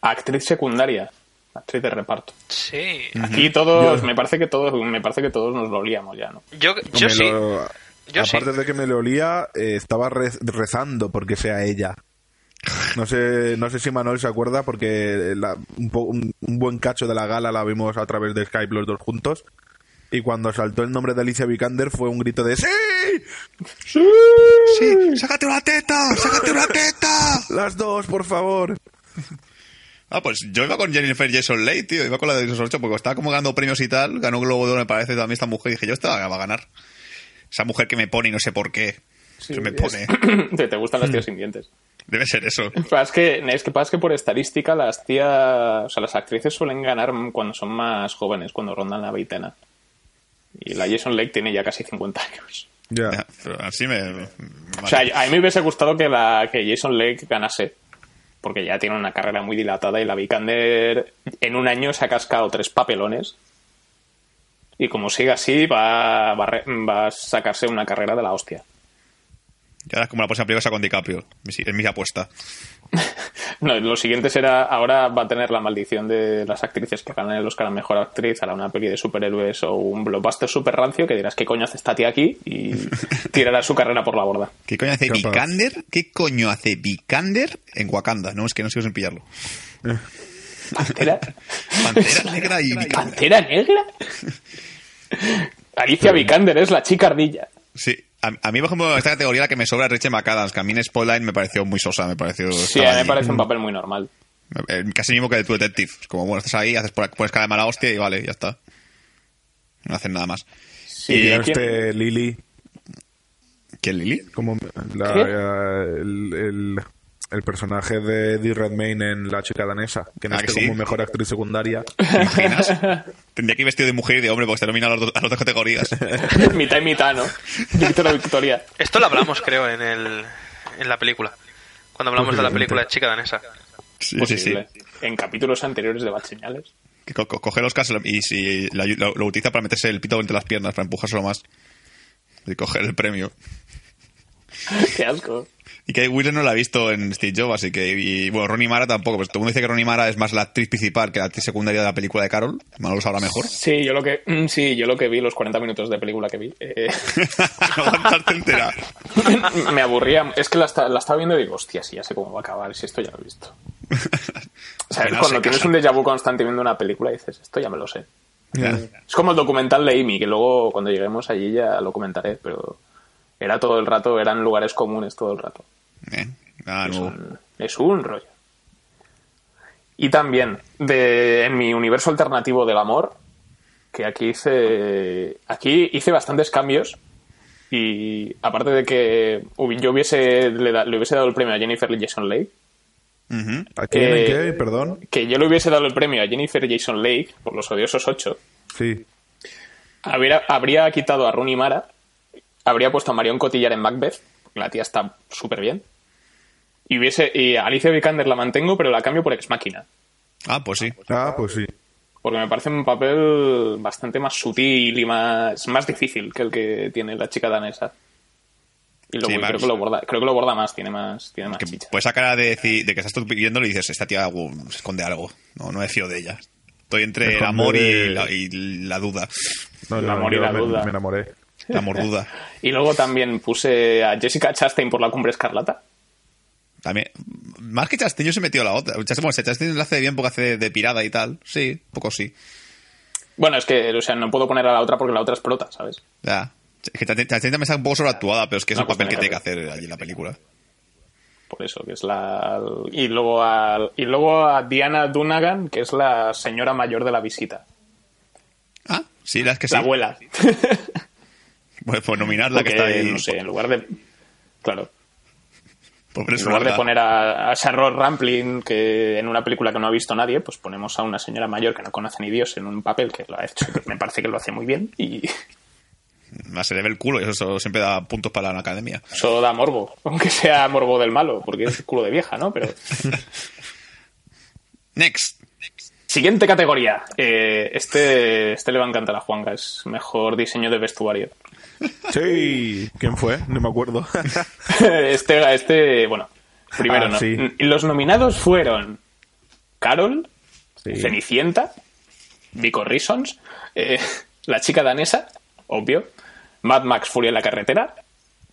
D: actriz secundaria, actriz de reparto.
F: Sí.
D: Aquí todos, me parece que todos, me parece que todos nos lo olíamos ya, ¿no?
F: Yo, yo
E: Me
F: sí.
E: lo-
F: Yo
E: aparte
F: sí.
E: de que me lo olía, eh, estaba re- rezando porque sea ella. No sé, no sé si Manuel se acuerda porque eh, la- un, po- un- un buen cacho de la gala la vimos a través de Skype los dos juntos. Y cuando saltó el nombre de Alicia Vikander fue un grito de ¡Sí!
C: ¡Sí! ¡Sácate una teta! ¡Sácate una teta!
E: ¡Las dos, por favor!
C: Ah, pues yo iba con Jennifer Jason Leigh, tío. Iba con la de Jason 8 porque estaba como ganando premios y tal. Ganó un Globo de Oro, me parece, también esta mujer. Y dije, yo esta va a ganar. Esa mujer que me pone y no sé por qué. que me pone. Mm.
D: Te, te gustan las tías sin dientes.
C: Debe ser eso.
D: Pasa Es que, es que pasa es que por estadística las tías, o sea, las actrices suelen ganar cuando son más jóvenes, cuando rondan la veintena. Y la Jason Lake tiene ya casi 50 años.
E: Ya.
C: Ya, pero así me... me
D: O
C: vale.
D: sea, a mí me hubiese gustado que, la, que Jason Lake ganase, porque ya tiene una carrera muy dilatada y la Vikander en un año se ha cascado tres papelones. Y como siga así, va, va a re- va a sacarse una carrera de la hostia.
C: Ya es como la próxima película esa con DiCaprio. Es mi- es mi apuesta.
D: No, lo siguiente será, ahora va a tener la maldición de las actrices que ganan el Oscar a Mejor Actriz, hará una peli de superhéroes o un blockbuster super rancio que dirás, ¿qué coño hace esta tía aquí? Y tirará su carrera por la borda.
C: ¿Qué coño hace
E: Capaz.
C: Vikander? ¿Qué coño hace Vikander en Wakanda? No, es que no sigo sin pillarlo.
D: ¿Pantera?
C: Pantera negra y Vikander.
D: ¿Pantera negra? Alicia Vikander es la chica ardilla.
C: Sí. A, a mí, por ejemplo, esta categoría la que me sobra es Rachel McAdams, que a mí en Spotlight me pareció muy sosa, me pareció...
D: Sí,
C: estaba
D: a mí me
C: allí.
D: parece un papel muy normal.
C: Eh, Casi mismo que de tu detective. Es como, bueno, estás ahí, haces por- pones cara de mala hostia y vale, ya está. No hacen nada más.
D: Sí,
E: Y
D: ¿quién-
E: este Lily,
C: ¿Quién, Lily?
E: como la- eh,
D: ¿Qué?
E: el, el- el personaje de Eddie Redmayne en La chica danesa, que no
C: Ah,
E: es
C: que
E: que
C: sí.
E: como mejor actriz secundaria.
C: ¿Te imaginas? Tendría que ir vestido de mujer y de hombre porque se nominado a, los dos- a las dos categorías. este-
D: mitad y mitad, ¿no? Víctor o Victoria.
F: Esto lo hablamos, creo, en, el, en la película. Cuando hablamos de la película de Chica Danesa.
C: Sí, sí, sí.
D: Posible. En capítulos anteriores de Bad Señales.
C: Que co- co- coge los casos y si la- lo, lo utiliza para meterse el pito entre las piernas, para empujárselo más. Y coger el premio.
D: Qué asco.
C: Y que Wilson no la ha visto en Steve Jobs, así que. Y bueno, Ronnie Mara tampoco. Pues todo el mundo dice que Ronnie Mara es más la actriz principal que la actriz secundaria de la película de Carol. Manolo lo sabrá mejor.
D: Sí, yo lo que, mm, sí, yo lo que vi, los 40 minutos de película que vi, eh,
C: no aguantarte entera.
D: me aburría. Es que la, esta- la estaba viendo y digo, hostia, si ya sé cómo va a acabar, si esto ya lo he visto. O sea,
C: Al final
D: cuando
C: se
D: tienes
C: casan.
D: un déjà vu constante viendo una película, dices, esto ya me lo sé. Es como el documental de Amy, que luego cuando lleguemos allí ya lo comentaré, pero era todo el rato, eran lugares comunes todo el rato.
C: Eh, nada
D: Es
C: nuevo.
D: un, es un rollo. Y también, de, en mi universo alternativo del amor, que aquí hice, aquí hice bastantes cambios. Y aparte de que hubi- yo hubiese, le, da- le hubiese dado el premio a Jennifer Jason Leigh,
C: Ujú.
E: ¿A quién? ¿En
D: Eh,
E: qué? Perdón.
D: que yo le hubiese dado el premio a Jennifer Jason Leigh por los odiosos 8,
E: Sí.
D: habría, habría quitado a Rooney Mara, habría puesto a Marion Cotillar en Macbeth, la tía está súper bien. Y hubiese, y a Alicia Vikander la mantengo, pero la cambio por Ex Máquina.
C: Ah, pues sí.
E: Ah, pues sí.
D: Porque me parece un papel bastante más sutil y más, más difícil que el que tiene la chica danesa. Y lo,
C: Sí, más.
D: creo, que lo borda, creo que lo borda más, tiene más, tiene más
C: Que
D: chicha.
C: pues esa cara de, deci- de que estás tú viéndolo y dices, esta tía uh, esconde algo. No, no me fío de ella. Estoy entre el
E: Esconde
C: amor y
E: de-
C: la, y la duda.
E: No,
D: El
E: no,
D: amor y
E: yo
D: la
E: me,
D: duda.
E: me enamoré.
C: La morduda.
D: Y luego también puse a Jessica Chastain por la cumbre escarlata.
C: También, más que Chastain, yo se metió la otra. Chastain, bueno, Chastain la hace bien porque hace de, de pirada y tal. Sí, un poco sí.
D: Bueno, es que, o sea, no puedo poner a la otra porque la otra explota, ¿sabes?
C: Ya. Es que Chastain Chastain también está un poco sobreactuada, pero es que es
D: No,
C: un
D: pues
C: papel que
D: tiene
C: tiene
D: que
C: que hacer allí en la película.
D: Por eso, que es la. Y luego a, y luego a Diana Dunagan, que es la señora mayor de la visita.
C: Ah, sí, la es que sí.
D: La abuela.
C: Pues, pues nominarla
D: Porque,
C: que está bien.
D: no sé, en lugar de. Claro.
C: Por
D: En lugar de poner a, a Charlotte Rampling, que en una película que no ha visto nadie, pues ponemos a una señora mayor que no conoce ni Dios en un papel que lo ha hecho. que Me parece que lo hace muy bien y
C: Más se le ve el culo y eso, eso siempre da puntos para la academia.
D: eso da morbo. Aunque sea morbo del malo, porque es culo de vieja, ¿no? Pero.
C: Next.
D: Siguiente categoría. Eh, este, este le va a encantar a Juanga. Es mejor diseño de vestuario.
E: Sí. ¿Quién fue? No me acuerdo.
D: este, este, bueno, primero
E: Ah,
D: no. Mm,
E: sí.
D: Los nominados fueron Carol,
E: Sí.
D: Cenicienta, Vico Reasons, eh, la chica danesa, obvio, Mad Max Furia en la carretera,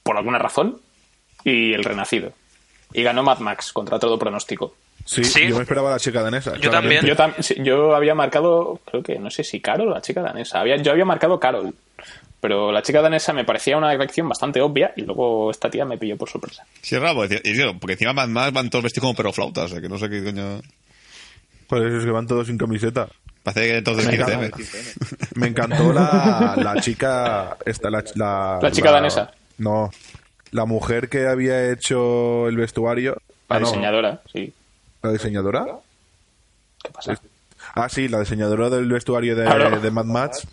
D: por alguna razón, y El Renacido. Y ganó Mad Max contra todo pronóstico.
E: Sí,
F: Sí.
E: yo me esperaba a la chica danesa.
F: Yo
E: claramente.
D: Yo,
F: también.
D: tam- sí, yo había marcado, creo que, no sé si Carol o la chica danesa. Había, yo había marcado Carol, pero la chica danesa me parecía una elección bastante obvia y luego esta tía me pilló por sorpresa.
C: Sí, es raro, porque, y digo, porque encima más, más van todos vestidos como peroflautas, o sea, que no sé qué coño...
E: Por eso es que van todos sin camiseta.
C: Parece que ¿eh? todos del
E: Me
C: 15M.
E: encanta. Me encantó la, la chica. Esta, la,
D: La chica danesa.
E: No. La mujer que había hecho el vestuario.
D: La
E: Ah, no,
D: diseñadora, sí.
E: ¿La diseñadora?
D: ¿Qué pasa?
E: Ah, sí, la diseñadora del vestuario de,
D: Claro.
E: de Mad Max.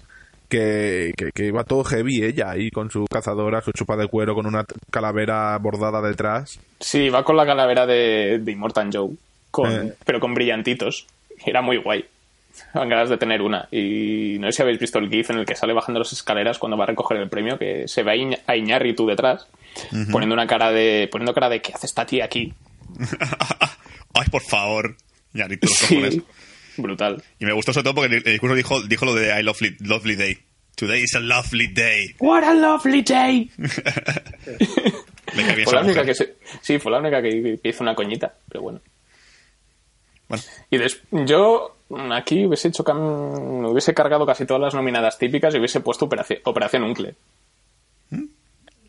E: Que, que, que iba todo heavy ella ahí con su cazadora, su chupa de cuero, con una t- calavera bordada detrás.
D: Sí, va con la calavera de, de Immortan Joe, con,
E: Eh.
D: pero con brillantitos. Era muy guay. Daban ganas de tener una. Y no sé si habéis visto el GIF en el que sale bajando las escaleras cuando va a recoger el premio, que se ve a Iña- a Iñárritu detrás, poniendo una cara de. poniendo cara de ¿qué hace esta tía aquí?
C: Ay, por favor. Ya, ni tú los cojones.
D: Sí, brutal.
C: Y me gustó sobre todo porque el el discurso dijo, dijo lo de I lovely, lovely day. Today is a lovely day.
D: What a lovely day.
C: Me cae bien
D: Fue Pues la
C: esa
D: única
C: mujer.
D: que se- sí, fue la única que hizo una coñita, pero bueno.
C: Bueno,
D: Y des- yo mm, aquí hubiese hecho cam- hubiese cargado casi todas las nominadas típicas y hubiese puesto Operaci- Operación Uncle.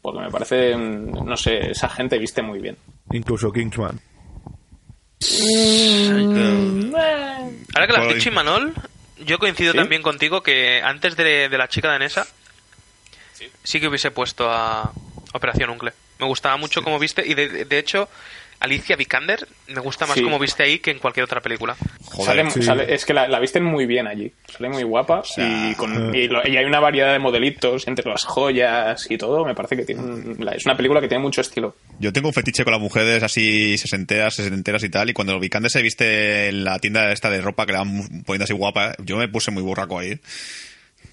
D: Porque me parece, mm, no sé, esa gente viste muy bien.
E: Incluso Kingsman.
F: Ahora que lo has
C: Por-
F: dicho, Imanol, yo coincido
D: ¿Sí?
F: también contigo que antes de, de la chica danesa sí. que hubiese puesto a Operación Uncle. Me gustaba mucho como viste y de, de hecho Alicia Vikander me gusta más
D: Sí.
F: como viste ahí que en cualquier otra película.
C: joder.
D: Sale- sale- es que la, la visten muy bien allí. Sale muy guapa y, con- y lo- y hay una variedad de modelitos entre las joyas y todo. Me parece que tiene un- la- es una película que tiene mucho estilo.
C: Yo tengo un fetiche con las mujeres así sesenteras, sesenteras y tal, y cuando Vikander se viste en la tienda esta de ropa que la van poniendo así guapa, yo me puse muy burraco ahí.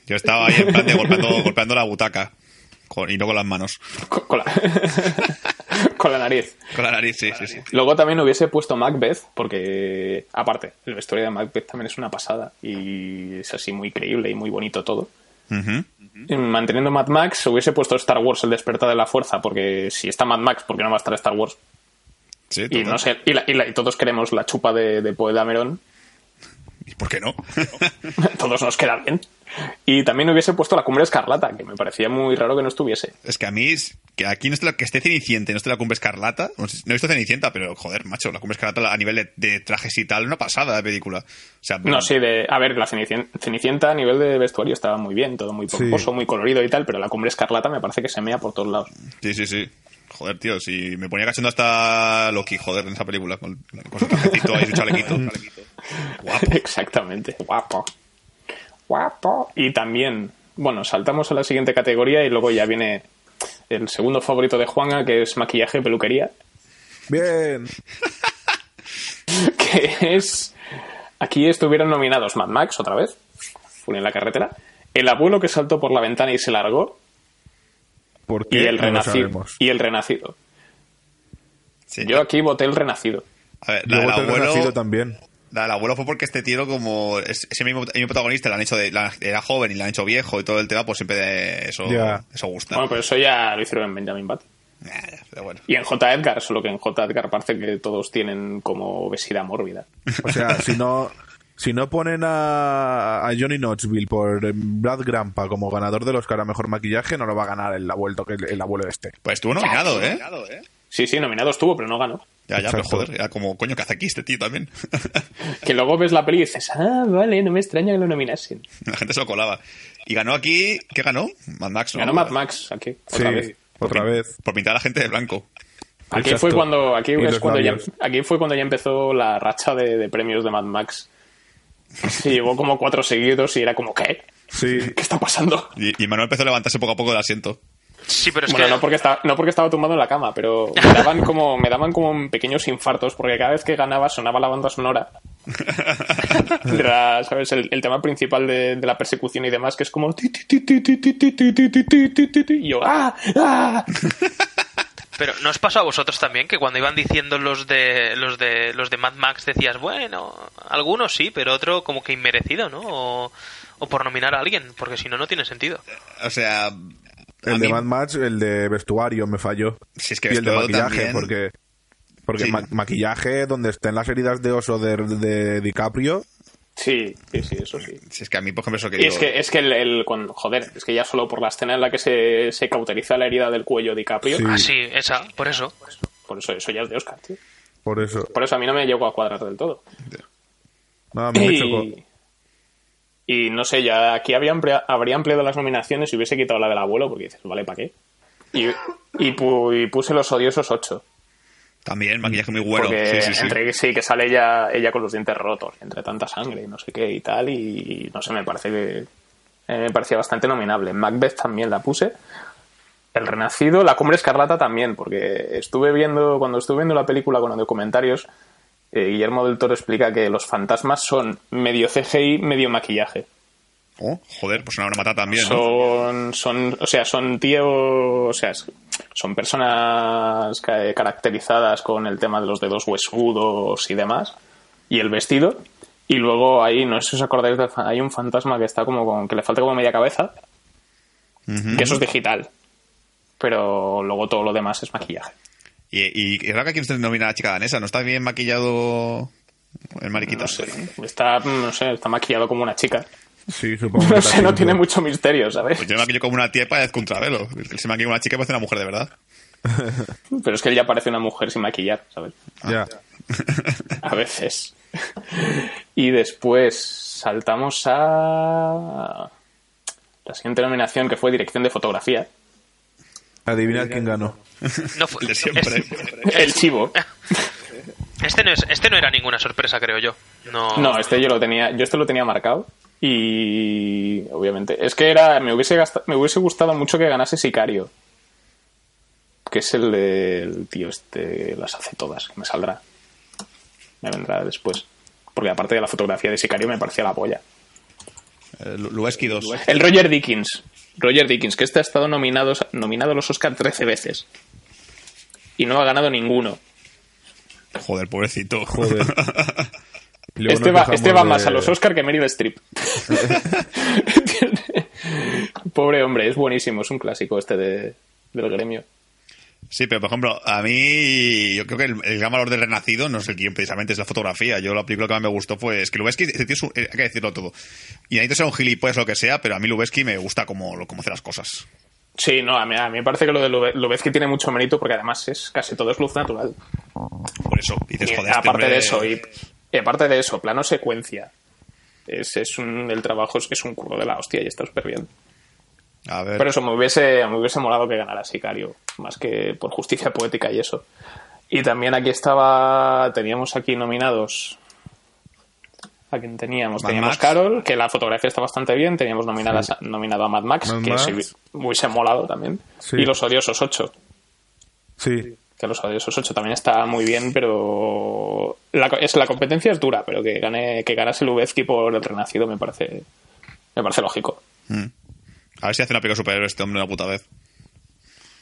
C: Yo estaba ahí en plan de golpeando, golpeando la butaca, con- y no con las manos.
D: Con, con la, con la nariz.
C: Con la nariz, sí, sí, sí.
D: Luego también hubiese puesto Macbeth, porque aparte, el vestuario de Macbeth también es una pasada y es así muy creíble y muy bonito todo.
C: Ujú.
D: Manteniendo Mad Max, hubiese puesto Star Wars el despertar de la fuerza, porque si está Mad Max, ¿por qué no va a estar Star Wars?
C: Sí,
D: Y,
C: total.
D: no sé, y, la- y la- y todos queremos la chupa de, de Poe Dameron,
C: ¿Y por qué no?
D: todos nos queda bien. Y también hubiese puesto la cumbre escarlata, que me parecía muy raro que no estuviese.
C: es que a mí, es- que aquí no estoy la, que esté Cenicienta y no esté la Cumbre Escarlata. No, sé- no he visto Cenicienta, pero joder, macho, la Cumbre Escarlata a nivel de, de trajes y tal, una pasada de película. O sea,
D: No, sí, de, a ver, la Cenicien- Cenicienta a nivel de vestuario estaba muy bien, todo muy
E: Sí.
D: pomposo, muy colorido y tal, pero la cumbre escarlata me parece que se mea por todos lados.
C: Sí, sí, sí. Joder, tío, si me ponía cachondo hasta Loki, joder, en esa película, con, con su trajecito y su chalequito. Guapo.
D: Exactamente, guapo. Guapo. Y también, bueno, saltamos a la siguiente categoría y luego ya viene el segundo favorito de Juanga, que es maquillaje y peluquería,
E: Bien.
D: que es... Aquí estuvieron nominados Mad Max otra vez, Furia en la carretera, El abuelo que saltó por la ventana y se largó,
E: ¿Por
D: y
E: qué?
D: el,
E: Eh, No lo
D: renacido,
E: sabemos. Eh,
D: y el renacido.
C: Sí.
D: Yo aquí voté el renacido.
C: a ver, la
E: Yo
C: del
E: voto el
C: abuelo.
E: renacido también.
C: La del abuelo fue porque este tío, como es- ese mismo, el mismo protagonista, la han hecho de, la- era joven y la han hecho viejo y todo el tema, pues siempre de- eso,
E: Ya.
C: eso gusta.
D: Bueno, pues- pero eso ya lo hicieron en Benjamin Button.
C: Nah, ya, pero bueno.
D: Y en J. Edgar, solo que en J. Edgar parece que todos tienen como obesidad mórbida.
E: O sea, si no, si no ponen a, a Johnny Knoxville por eh, Brad Grampa como ganador del Oscar a mejor maquillaje, no lo va a ganar el abuelo, el, el abuelo este.
C: Pues estuvo nominado, ¿eh?
D: Sí, sí, nominado estuvo, pero no ganó.
C: Ya, ya, pero
E: Exacto.
C: joder, era como, coño, ¿qué hace aquí este tío también?
D: Que luego ves la peli y dices, ah, vale, no me extraña que lo nominasen.
C: la gente se lo colaba. Y ganó aquí, ¿qué ganó? Mad Max, ¿no?
D: Ganó Mad Max aquí, otra
E: sí,
D: vez.
E: otra vez.
C: Por pintar a la gente de blanco.
D: Aquí
E: Exacto.
D: fue, cuando, aquí,
E: Y
D: es
E: los
D: cuando ya,
E: labios.
D: aquí fue cuando ya empezó la racha de, de premios de Mad Max. Se llevó como cuatro seguidos y era como, ¿qué?
E: Sí,
D: ¿Qué está pasando?
C: Y, y Manuel empezó a levantarse poco a poco del asiento.
F: Sí, pero es
D: bueno,
F: que.
D: no, porque estaba, no porque estaba tumbado en la cama, pero me daban, como, me daban como pequeños infartos, porque cada vez que ganaba sonaba la banda sonora. Era, ¿sabes? El, el tema principal de, de la persecución y demás, que es como... ti, ti, ti, ti, ti, ti, ti, ti, ti, ti, ti, ti, ti, ti, Y yo, ¡ah! ¡ah!
F: Pero ¿no os pasó a vosotros también que cuando iban diciendo los de los de los de Mad Max decías, bueno, algunos sí, pero otro como que inmerecido, ¿no? O, o por nominar a alguien, porque si no no tiene sentido.
C: O sea. a
E: el de
C: mí-
E: Mad Max, el de vestuario me falló.
C: Si es que
E: y el de
C: vestuario
E: maquillaje,
C: también.
E: porque, porque
C: Sí.
E: ma- maquillaje donde estén las heridas de oso de, de DiCaprio.
D: Sí, sí, sí, eso sí.
C: Si es que a mí, por ejemplo, eso que
D: Y
C: digo.
D: es que, es que el, el- cuando- joder, es que ya solo por la escena en la que se, se cauteriza la herida del cuello de DiCaprio,
E: Sí.
C: Mm.
F: Ah, sí, esa, por eso.
D: por eso eso ya es de Oscar, tío.
E: Por eso.
D: Por eso a mí no me llegó a cuadrar del todo.
E: No, a mí me chocó.
D: Y, y no sé, ya aquí había amplia- habría ampliado las nominaciones y hubiese quitado la del abuelo, porque dices, vale, ¿para qué? Y, y pu- y puse los odiosos 8.
C: También, maquillaje muy bueno.
D: porque
C: Sí, sí, sí.
D: entre que sí, que sale ella, ella con los dientes rotos, entre tanta sangre y no sé qué y tal, y, no sé, me parece que. eh, me parecía bastante nominable. Macbeth también la puse. El Renacido, La Cumbre Escarlata también, porque estuve viendo, cuando estuve viendo la película con los documentarios, eh, Guillermo del Toro explica que los fantasmas son medio CGI, medio maquillaje.
C: Oh, joder, pues una hora matada también. ¿no?
D: Son, son, o sea, son tíos, o sea, es- son personas ca- eh, caracterizadas con el tema de los dedos huesudos y demás, y el vestido. Y luego ahí, no sé si os acordáis, del fa- hay un fantasma que está como con, que le falta como media cabeza,
C: Ujú.
D: que eso es digital. Pero luego todo lo demás es maquillaje.
C: Y, y, y es raro que aquí usted nomina a la chica danesa. ¿No está bien maquillado el mariquita?
D: No sé, está, no sé, está maquillado como una chica.
E: Sí, supongo
D: No
E: que
D: sé,
E: también
D: no
E: yo.
D: tiene mucho misterio, ¿sabes?
C: Pues yo me maquillo como una tía y parezco un travelo. Él se maquilla como una chica y parece una mujer de verdad.
D: Pero es que él ya parece una mujer sin maquillar, ¿sabes?
E: Ya.
D: A veces. Y después saltamos a la siguiente nominación que fue dirección de fotografía.
E: Adivinad quién ganó.
F: No fue-
C: El de siempre.
F: Este,
D: El chivo.
F: este no es, este no era ninguna sorpresa, creo yo. No.
D: No, este yo lo tenía, yo este lo tenía marcado y obviamente es que era me hubiese gasta- me hubiese gustado mucho que ganase Sicario. Que es el del tío este las hace todas, que me saldrá. Me vendrá después. Porque aparte de la fotografía de Sicario me parecía la polla.
C: Eh, Lu- Lubeski 2.
D: El Roger Dickens. Roger Dickens, que este ha estado nominado, nominado a los Oscar 13 veces. y no ha ganado ninguno.
C: Joder, pobrecito.
E: Joder. Luego
D: este
E: nos
D: va,
E: quejamos
D: este va
E: de-
D: más a los Oscar que Meryl Streep. Pobre hombre, es buenísimo, es un clásico este de, del gremio.
C: Sí, pero por ejemplo, a mí yo creo que el, el gran valor del Renacido no es el guión precisamente, es la fotografía. Yo la película que más me gustó fue... Es que Lubeski, ese tío es un- eh, hay que decirlo todo. Y necesito ser un gilipollas o lo que sea, pero a mí Lubeski me gusta como, lo- como hace las cosas.
D: Sí, no, a mí, a mí me parece que lo de Lube- Lubezki tiene mucho mérito porque además es casi todo es luz natural.
C: Por eso, dices,
D: Y
C: joder, este
D: aparte
C: hombre-
D: de eso, y, y aparte de eso, plano secuencia. Es, es un, el trabajo es, es un curro de la hostia y está súper bien.
C: A ver,
D: Pero eso, me hubiese, me hubiese molado que ganara Sicario, más que por justicia poética y eso. Y también aquí estaba, teníamos aquí nominados. ¿A quién teníamos?
C: Mad
D: teníamos
C: Max.
D: Carol, que la fotografía está bastante bien. Teníamos nominadas, nominado a Mad Max,
E: Mad
D: que
E: Max.
D: se hubi- hubiese molado también.
E: Sí.
D: Y Los Odiosos 8,
E: Sí.
D: que Los Odiosos 8 también está muy bien, pero la, co- es, la competencia es dura, pero que gane que ganase Lubezki por el Renacido me parece, me parece lógico.
C: a ver si hace una película de superhéroes este hombre una puta vez.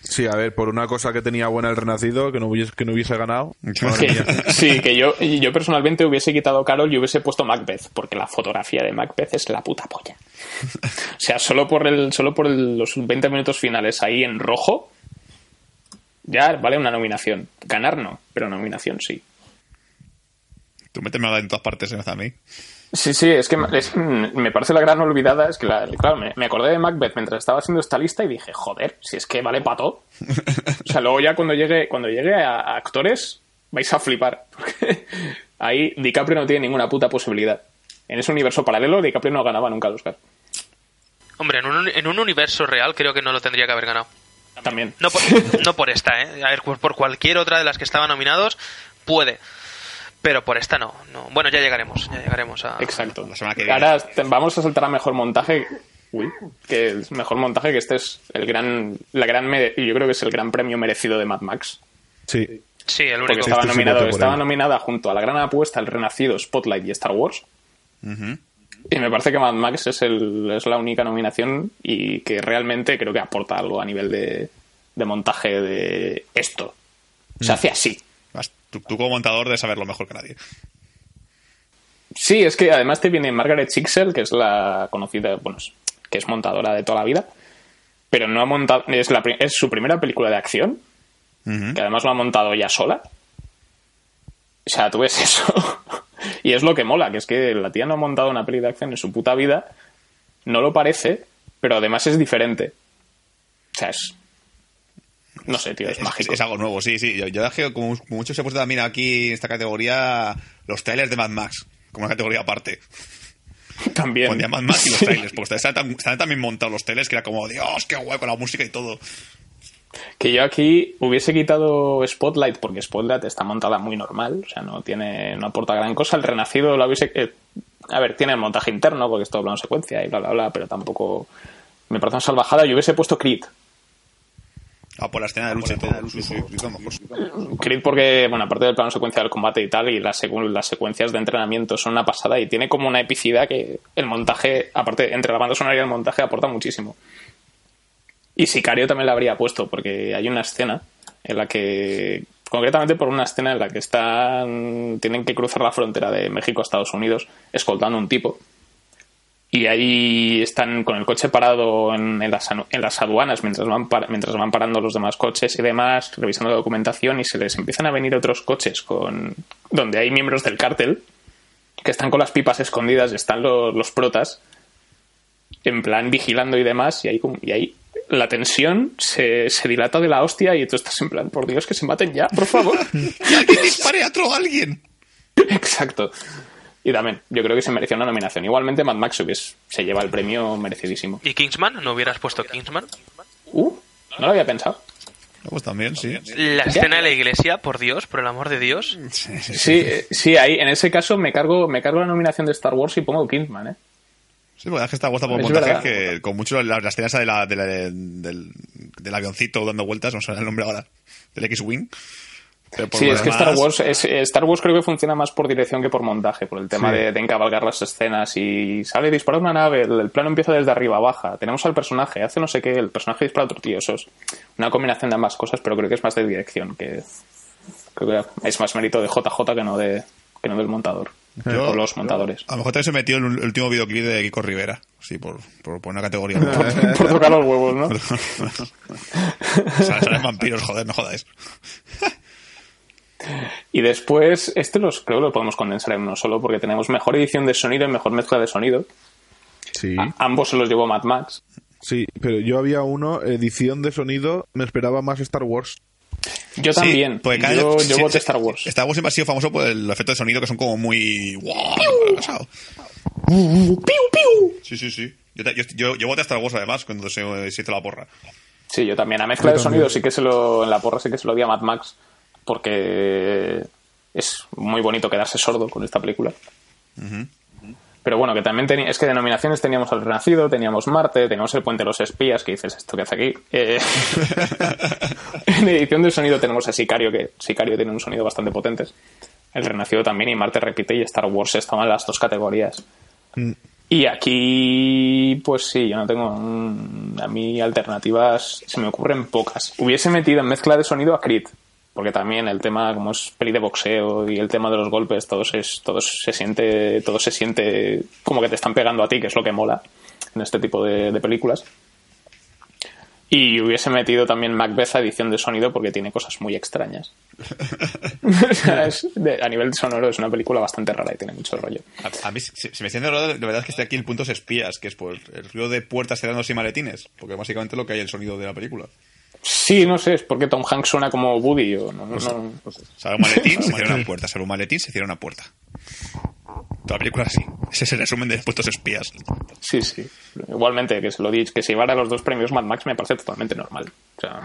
E: Sí, a ver, por una cosa que tenía buena el Renacido, que no hubiese, que no hubiese ganado.
C: Madre
D: Que-
C: mía.
D: sí, que yo, yo personalmente hubiese quitado Carol y hubiese puesto Macbeth, porque la fotografía de Macbeth es la puta polla. O sea, solo por el, solo por el- los 20 minutos finales ahí en rojo, ya vale una nominación. Ganar no, pero nominación sí.
C: Tú méteme en todas partes, se me hace a mí.
D: Sí, sí, es que es- mm, me parece la gran olvidada, es que la- claro, me, me acordé de Macbeth mientras estaba haciendo esta lista y dije, joder, si es que vale para todo. O sea, luego ya cuando llegue, cuando llegue a, a actores, vais a flipar. Porque ahí DiCaprio no tiene ninguna puta posibilidad. En ese universo paralelo, DiCaprio no ganaba nunca el Oscar.
F: Hombre, en un, en un universo real creo que no lo tendría que haber ganado.
D: También.
F: No por, no por esta, ¿eh? A ver, por por cualquier otra de las que estaban nominados, puede. Pero por esta no. no. Bueno, ya llegaremos, ya llegaremos a...
D: Exacto.
C: La semana que viene.
D: Ahora te- vamos a saltar a mejor montaje. Uy, que el mejor montaje que este es el gran, la gran, mere- yo creo que es el gran premio merecido de Mad Max.
E: Sí.
F: Sí, el
D: Porque
F: único.
E: Esto
D: estaba,
E: sí
D: nominado-
E: vota por
D: estaba
E: él.
D: nominada junto a La Gran Apuesta, El Renacido, Spotlight y Star Wars. Y me parece que Mad Max es, el- es la única nominación y que realmente creo que aporta algo a nivel de, de montaje de esto. Se
E: Mm.
D: hace así.
C: Vas- Tú, tú como montador debes saberlo mejor que nadie.
D: Sí, es que además te viene Margaret Chixel, que es la conocida, bueno, es- que es montadora de toda la vida, pero no ha montado, es, la, pri- es su primera película de acción, que además lo ha montado ella sola. O sea, tú ves eso. y es lo que mola, que es que la tía no ha montado una peli de acción en su puta vida, no lo parece, pero además es diferente. O sea, es... No sé, tío, es, mágico.
C: es algo nuevo, sí, sí. Yo, yo dejé, como, como mucho se ha puesto también aquí en esta categoría los trailers de Mad Max, como una categoría aparte.
D: También.
C: Pondría Mad Max y los
D: Sí.
C: trailers, porque estaban tan- estaban también montados los trailers que era como, Dios, qué guay con la música y todo.
D: Que yo aquí hubiese quitado Spotlight porque Spotlight está montada muy normal, o sea, no tiene no aporta gran cosa. El Renacido lo hubiese eh, a ver, tiene el montaje interno porque es todo plano secuencia y bla bla bla, pero tampoco me parece una salvajada. Yo hubiese puesto Creed.
C: Ah, por la escena de lucha y todo. Sí, sí, sí, vamos.
D: Creed porque, bueno, aparte del plano secuencia del combate y tal, y las, secu- las secuencias de entrenamiento son una pasada y tiene como una epicidad que el montaje, aparte, entre la banda sonora y el montaje aporta muchísimo. Y Sicario también la habría puesto, porque hay una escena en la que, concretamente por una escena en la que están, tienen que cruzar la frontera de México a Estados Unidos escoltando a un tipo. Y ahí están con el coche parado en, en las, anu- en las aduanas mientras van, par- mientras van parando los demás coches y demás, revisando la documentación y se les empiezan a venir otros coches con donde hay miembros del cártel que están con las pipas escondidas y están lo- los protas en plan vigilando y demás y ahí, como- y ahí la tensión se, se dilata de la hostia y tú estás en plan, por Dios, que se maten ya, por favor.
C: ¡Que dispare a otro alguien!
D: Exacto. Y también, yo creo que se mereció una nominación. Igualmente Mad Max hubies- se lleva el premio merecidísimo.
F: ¿Y Kingsman? ¿No hubieras puesto Kingsman?
D: Uh, no lo había pensado.
C: No, pues también, sí.
F: La escena de la iglesia, por Dios, por el amor de Dios.
D: Sí, eh, sí, ahí en ese caso me cargo, me cargo la nominación de Star Wars y pongo Kingsman, ¿eh?
C: Sí, porque es que está guasta por
D: Es
C: montaje
D: verdad.
C: que con mucho la, la escena esa de la, de la- del, del avioncito dando vueltas, no sé el nombre ahora, del X-Wing. Pero por
D: Sí,
C: lo
D: es que
C: demás-
D: Star Wars, es- eh, Star Wars creo que funciona más por dirección que por montaje, por el tema de, de encabalgar las escenas y sale y dispara una nave, el, el plano empieza desde arriba, baja, tenemos al personaje, hace no sé qué, el personaje dispara a otro tío, eso es una combinación de ambas cosas, pero creo que es más de dirección, que creo que es más mérito de JJ que no de que no del montador,
C: Yo-
D: o los montadores.
C: A lo mejor también se metió el, el último videoclip de Kiko Rivera. Sí, por, por, por una categoría. Por-
D: por tocar los huevos, ¿no?
C: Sal- Salen vampiros, joder, no jodáis.
D: Y después, este los, creo que lo podemos condensar en uno solo, porque tenemos mejor edición de sonido y mejor mezcla de sonido.
E: Sí.
D: A- ambos se los llevó Mad Max.
E: Sí, pero yo había uno, edición de sonido, me esperaba más Star Wars.
D: Yo
C: Sí,
D: también.
C: porque cada-
D: yo
C: sí,
D: yo voté
C: sí,
D: Star Wars.
C: Star Wars siempre ha sido famoso por el efecto de sonido que son como muy. ¡Wow! pesado.
D: Uh,
C: Sí, sí, sí. Yo, te- yo, yo, yo voté a Star Wars además cuando se, se hizo la porra.
D: Sí, yo también. A mezcla de sonido sí que se lo. En la porra sí que se lo di a Mad Max. Porque es muy bonito quedarse sordo con esta película. Pero bueno, que también tenía. Es que denominaciones teníamos al Renacido, teníamos Marte, teníamos el Puente de los Espías, que dices esto que hace aquí. Eh, en edición de sonido tenemos a Sicario, que Sicario tiene un sonido bastante potente. El Renacido también, y Marte repite, y Star Wars estaban en las dos categorías. Y aquí, pues sí, yo no tengo. mm, A mí alternativas se me ocurren pocas. Hubiese metido en mezcla de sonido a Creed, porque también el tema, como es peli de boxeo y el tema de los golpes, todo se, todo se siente todo se siente como que te están pegando a ti, que es lo que mola en este tipo de, de películas. Y hubiese metido también Macbeth a edición de sonido porque tiene cosas muy extrañas. O sea, es de- a nivel sonoro es una película bastante rara y tiene mucho rollo.
C: A, a mí se, se me enciende el ordenador, la verdad es que estoy aquí en puntos espías, que es por el ruido de puertas cerrándose y maletines, porque básicamente lo que hay el sonido de la película.
D: Sí, no sé, es porque Tom Hanks suena como Woody o no, no, no-
C: Sale un maletín, se cierra una puerta. Sale un maletín, se cierra una puerta. Toda la película es así. Ese es el resumen de puestos espías.
D: Sí, sí. Igualmente, que se lo di, que se llevara los dos premios Mad Max me parece totalmente normal. O sea,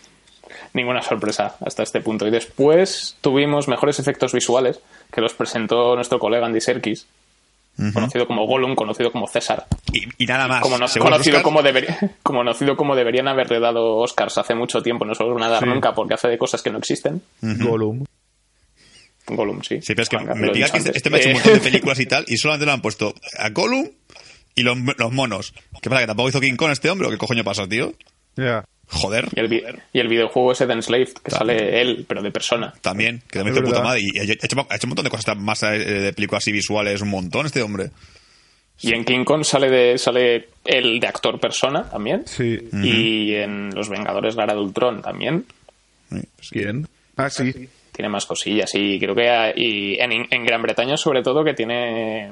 D: ninguna sorpresa hasta este punto. Y después tuvimos mejores efectos visuales que los presentó nuestro colega Andy Serkis, conocido como Gollum, conocido como César.
C: Y, y nada más.
D: como no-
C: Según los
D: conocido
C: Oscars,
D: como debería- como conocido como deberían haberle dado Oscars hace mucho tiempo, no se lo van a dar nunca porque hace de cosas que no existen.
E: Gollum.
D: Gollum, sí.
C: Sí, pero es que
D: Juanca,
C: me
D: lo he
C: digas
D: dicho
C: que este, este
D: antes.
C: me ha hecho
D: Eh,
C: un montón de películas y tal, y solamente le han puesto a Gollum y los, los monos. ¿Qué pasa? ¿Que tampoco hizo King Kong este hombre? ¿o ¿Qué coño pasa, tío?
E: Ya.
C: Joder.
D: Y el, vi- y el videojuego ese de Enslaved, que sale él, pero de persona.
C: También, que también
E: Es
C: hizo puta
E: verdad.
C: madre. Y ha hecho, ha hecho un montón de cosas más eh, de películas así visuales, un montón este hombre.
D: Y en King Kong sale, de, sale el de actor persona también.
E: Sí.
D: Y en Los Vengadores Gara de Ultron también.
E: ¿Quién? Ah, sí.
D: Tiene más cosillas. Y creo que ha- y en, en Gran Bretaña, sobre todo, que tiene.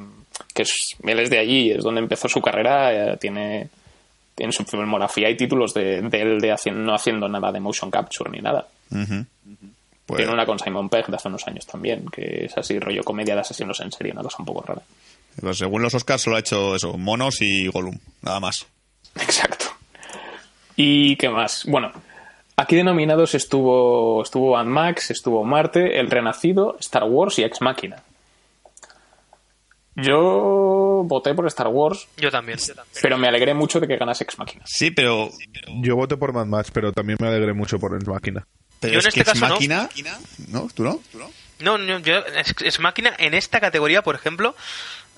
D: que es, él es de allí, es donde empezó su carrera. eh, Tiene. En su filmografía hay títulos de, de él de haci- no haciendo nada de motion capture ni nada.
C: Pues,
D: Tiene una con Simon Pegg de hace unos años también, que es así, rollo comedia de asesinos en serie, una cosa un poco rara.
C: pues según los Oscars solo ha hecho eso, monos y Gollum. Nada más.
D: Exacto. ¿Y qué más? Bueno, aquí denominados estuvo estuvo Mad Max, estuvo Marte, El Renacido, Star Wars y Ex Máquina. Yo voté por Star Wars,
F: Yo también.
D: pero me alegré mucho de que ganase Ex Máquina.
C: Sí, pero.
E: Yo voté por Mad Max, pero también me alegré mucho por el máquina.
C: pero
F: Yo
C: es
F: en
C: que
F: este
C: es
F: caso no.
C: máquina. No. ¿Tú no? ¿Tú no?
F: No, no, yo, es, es máquina en esta categoría, por ejemplo,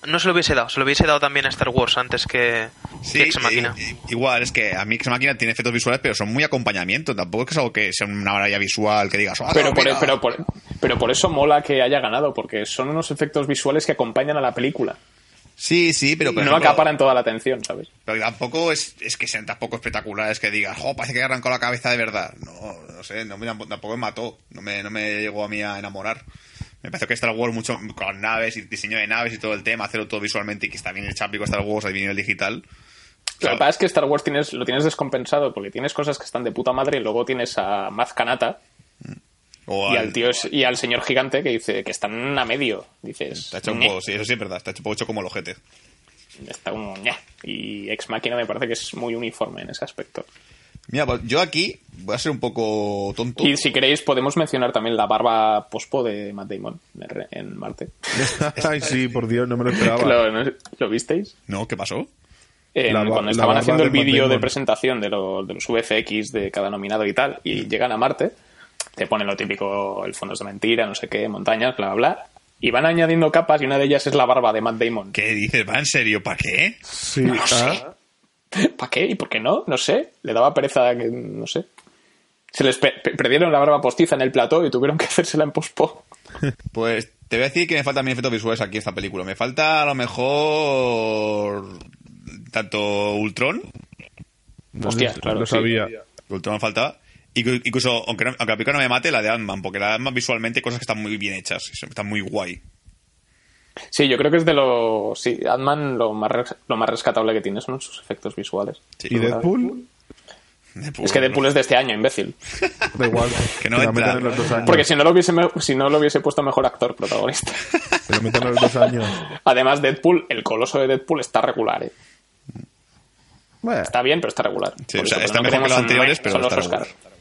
F: no se lo hubiese dado. Se lo hubiese dado también a Star Wars antes que, que Ex Máquina.
C: i- i- igual, es que a mí Ex Máquina tiene efectos visuales, pero son muy acompañamiento. Tampoco es que es algo que sea una maravilla visual que digas. "Ah,
D: Pero por,
C: mira".
D: pero, por, pero por eso mola que haya ganado, porque son unos efectos visuales que acompañan a la película.
C: Sí, sí, pero. por
D: no
C: ejemplo,
D: acaparan toda la atención, ¿sabes?
C: Pero tampoco es, es que sean tampoco espectaculares que digas, oh, parece que arrancó la cabeza de verdad. No, no sé, no me, tampoco me mató. No me, no me llegó a mí a enamorar. Me pareció que Star Wars mucho con las naves y diseño de naves y todo el tema, hacerlo todo visualmente y que está bien el chápico Star Wars, ahí viene el digital.
D: Lo que
C: Claro.
D: pasa es que Star Wars tienes, lo tienes descompensado, porque tienes cosas que están de puta madre y luego tienes a Maz Kanata,
C: O
D: Y
C: al-
D: al tío es- y al señor gigante que dice que están a medio. Dices.
C: Está hecho un
D: "Ñe".
C: poco, sí, eso sí es verdad, está hecho un poco hecho como el ojete.
D: Está un ñe. Y Ex Máquina me parece que es muy uniforme en ese aspecto.
C: Mira, pues yo aquí voy a ser un poco tonto.
D: Y si queréis, podemos mencionar también la barba pospo de Matt Damon en Re- en Marte.
E: Ay, sí, por Dios, no me lo esperaba.
D: ¿Lo, no- lo visteis?
C: No, ¿qué pasó?
D: En-
E: La ba-
D: cuando
E: la
D: estaban
E: barba
D: haciendo
E: de
D: el
E: Matt
D: vídeo de
E: Damon. Mm.
D: presentación de, lo- de los VFX de cada nominado y tal, y llegan a Marte, te ponen lo típico, el fondo es de mentira, no sé qué, montañas, bla, bla, bla. Y van añadiendo capas y una de ellas es la barba de Matt Damon.
C: ¿Qué dices? ¿Va en serio? ¿Para qué?
E: Sí, ah,
D: ¿Para qué? ¿Y por qué no? No sé. Le daba pereza, que- no sé. Se les pe- pe- perdieron la barba postiza en el plató y tuvieron que hacérsela en pospo.
C: Pues te voy a decir que me faltan mis efectos visuales aquí en esta película. Me falta a lo mejor tanto Ultron,
D: Hostia,
E: lo
D: claro, sí.
E: sabía.
C: Ultron me faltaba, y- incluso aunque, no, aunque la película no me mate, la de Ant-Man, porque la de Ant-Man visualmente hay cosas que están muy bien hechas, están muy guay.
D: Sí, yo creo que es de lo. Sí, Ant-Man lo más, res- lo más rescatable que tiene son sus efectos visuales.
C: Sí.
E: ¿Y Deadpool?
C: Deadpool,
D: Es que Deadpool es de este año, imbécil.
E: Da igual.
C: Que no
E: la
C: entra.
E: metan en los dos años.
D: Porque si no lo hubiese, me- si no lo hubiese puesto mejor actor protagonista.
E: Que lo metan en los dos años.
D: Además, Deadpool, el coloso de Deadpool está regular, ¿eh?
E: Bueno,
D: Está bien, pero está regular.
C: Sí,
D: Por
C: o sea,
D: pero
C: está mejor que
D: queremos
C: los
D: un
C: anteriores,
D: meh,
C: pero
D: son los
C: está
D: Oscar.
C: regular.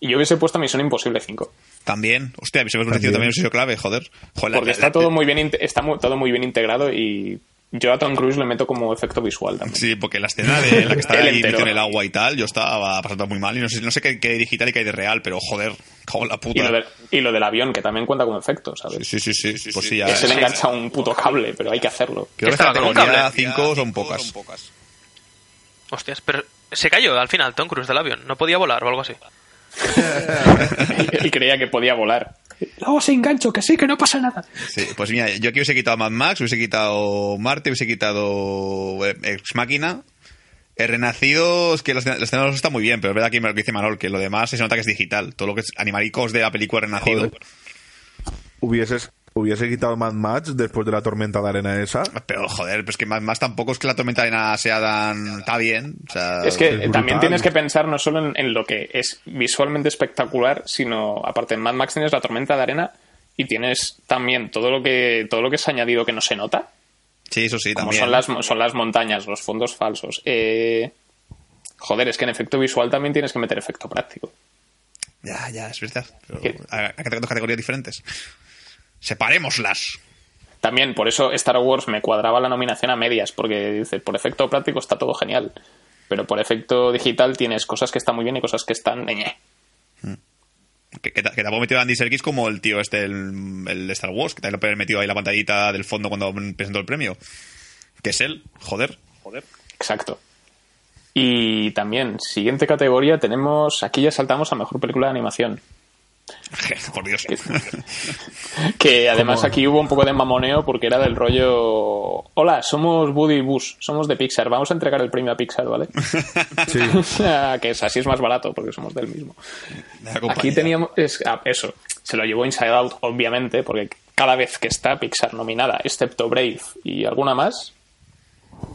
D: Y yo hubiese puesto Misión Imposible 5.
C: También, hostia, a mí se me ha parecido también
E: También.
C: un sello clave, joder. Joder, la-
D: Porque
C: la-
D: está
C: la-
D: todo muy bien, inte- está mu- todo muy bien integrado y yo a Tom Cruise le meto como efecto visual también.
C: Sí, porque la escena de la que está
D: El
C: ahí
D: entero.
C: metido en el agua y tal, yo estaba pasando muy mal y no sé, no sé qué, qué hay de digital y qué hay de real, pero joder, cago en la
D: Y
C: puta.
D: lo, del- y lo del avión, que también cuenta como efecto, ¿sabes?
C: Sí, sí, sí, sí, pues sí, ya.
D: Que se le engancha un puto cable, pero hay que hacerlo.
C: Creo que
F: Estaba
C: esta
F: con un
C: categoría
F: cable.
C: 5 son pocas.
F: Hostias, pero se cayó al final Tom Cruise del avión. No podía volar o algo así.
D: Él creía que podía volar. Luego se engancho, que sí, que no pasa nada.
C: Sí, pues mira, yo aquí hubiese quitado Mad Max, hubiese quitado Marte, hubiese quitado eh, Ex Máquina. He renacido, es que la escena la escena de los está muy bien, pero es verdad que me lo que dice Manol, que lo demás se nota que es digital. Todo lo que es animalicos de la película Renacido.
E: Joder. hubieses, hubiese quitado Mad Max después de la tormenta de arena esa.
C: Pero joder, pues que Mad Max tampoco es que la tormenta de nada sea tan. Está bien. O sea,
D: Es que
E: es brutal.
D: también tienes que pensar no solo en, en lo que es visualmente espectacular, sino aparte en Mad Max tienes la tormenta de arena y tienes también todo lo que todo lo que es añadido que no se nota,
C: Sí, eso sí,
D: como
C: también.
D: son las son las montañas, los fondos falsos. Eh, joder, es que en efecto visual también tienes que meter efecto práctico.
C: Ya, ya, es verdad. Pero
D: ¿Qué?
C: ha- ha creado dos categorías diferentes. Separémoslas.
D: También por eso Star Wars me cuadraba la nominación a medias, porque dice, por efecto práctico está todo genial, pero por efecto digital tienes cosas que están muy bien y cosas que están... eh, ñe.
C: Que, que, ta- que tampoco metió a Andy Serkis como el tío este, el, el de Star Wars, que también lo metió ahí la pantallita del fondo cuando presentó el premio. Que es él, joder.
D: Exacto. Y también, siguiente categoría, tenemos. Aquí ya saltamos a mejor película de animación.
C: Por Dios.
D: Que además aquí hubo un poco de mamoneo porque era del rollo. Hola, somos Woody y Bush, somos de Pixar, vamos a entregar el premio a Pixar, ¿vale?
E: Sí.
D: O sea, que es así es más barato porque somos del mismo.
C: La compañía.
D: Aquí teníamos. es- ah, eso, se lo llevó Inside Out, obviamente, porque cada vez que está Pixar nominada, excepto Brave y alguna más,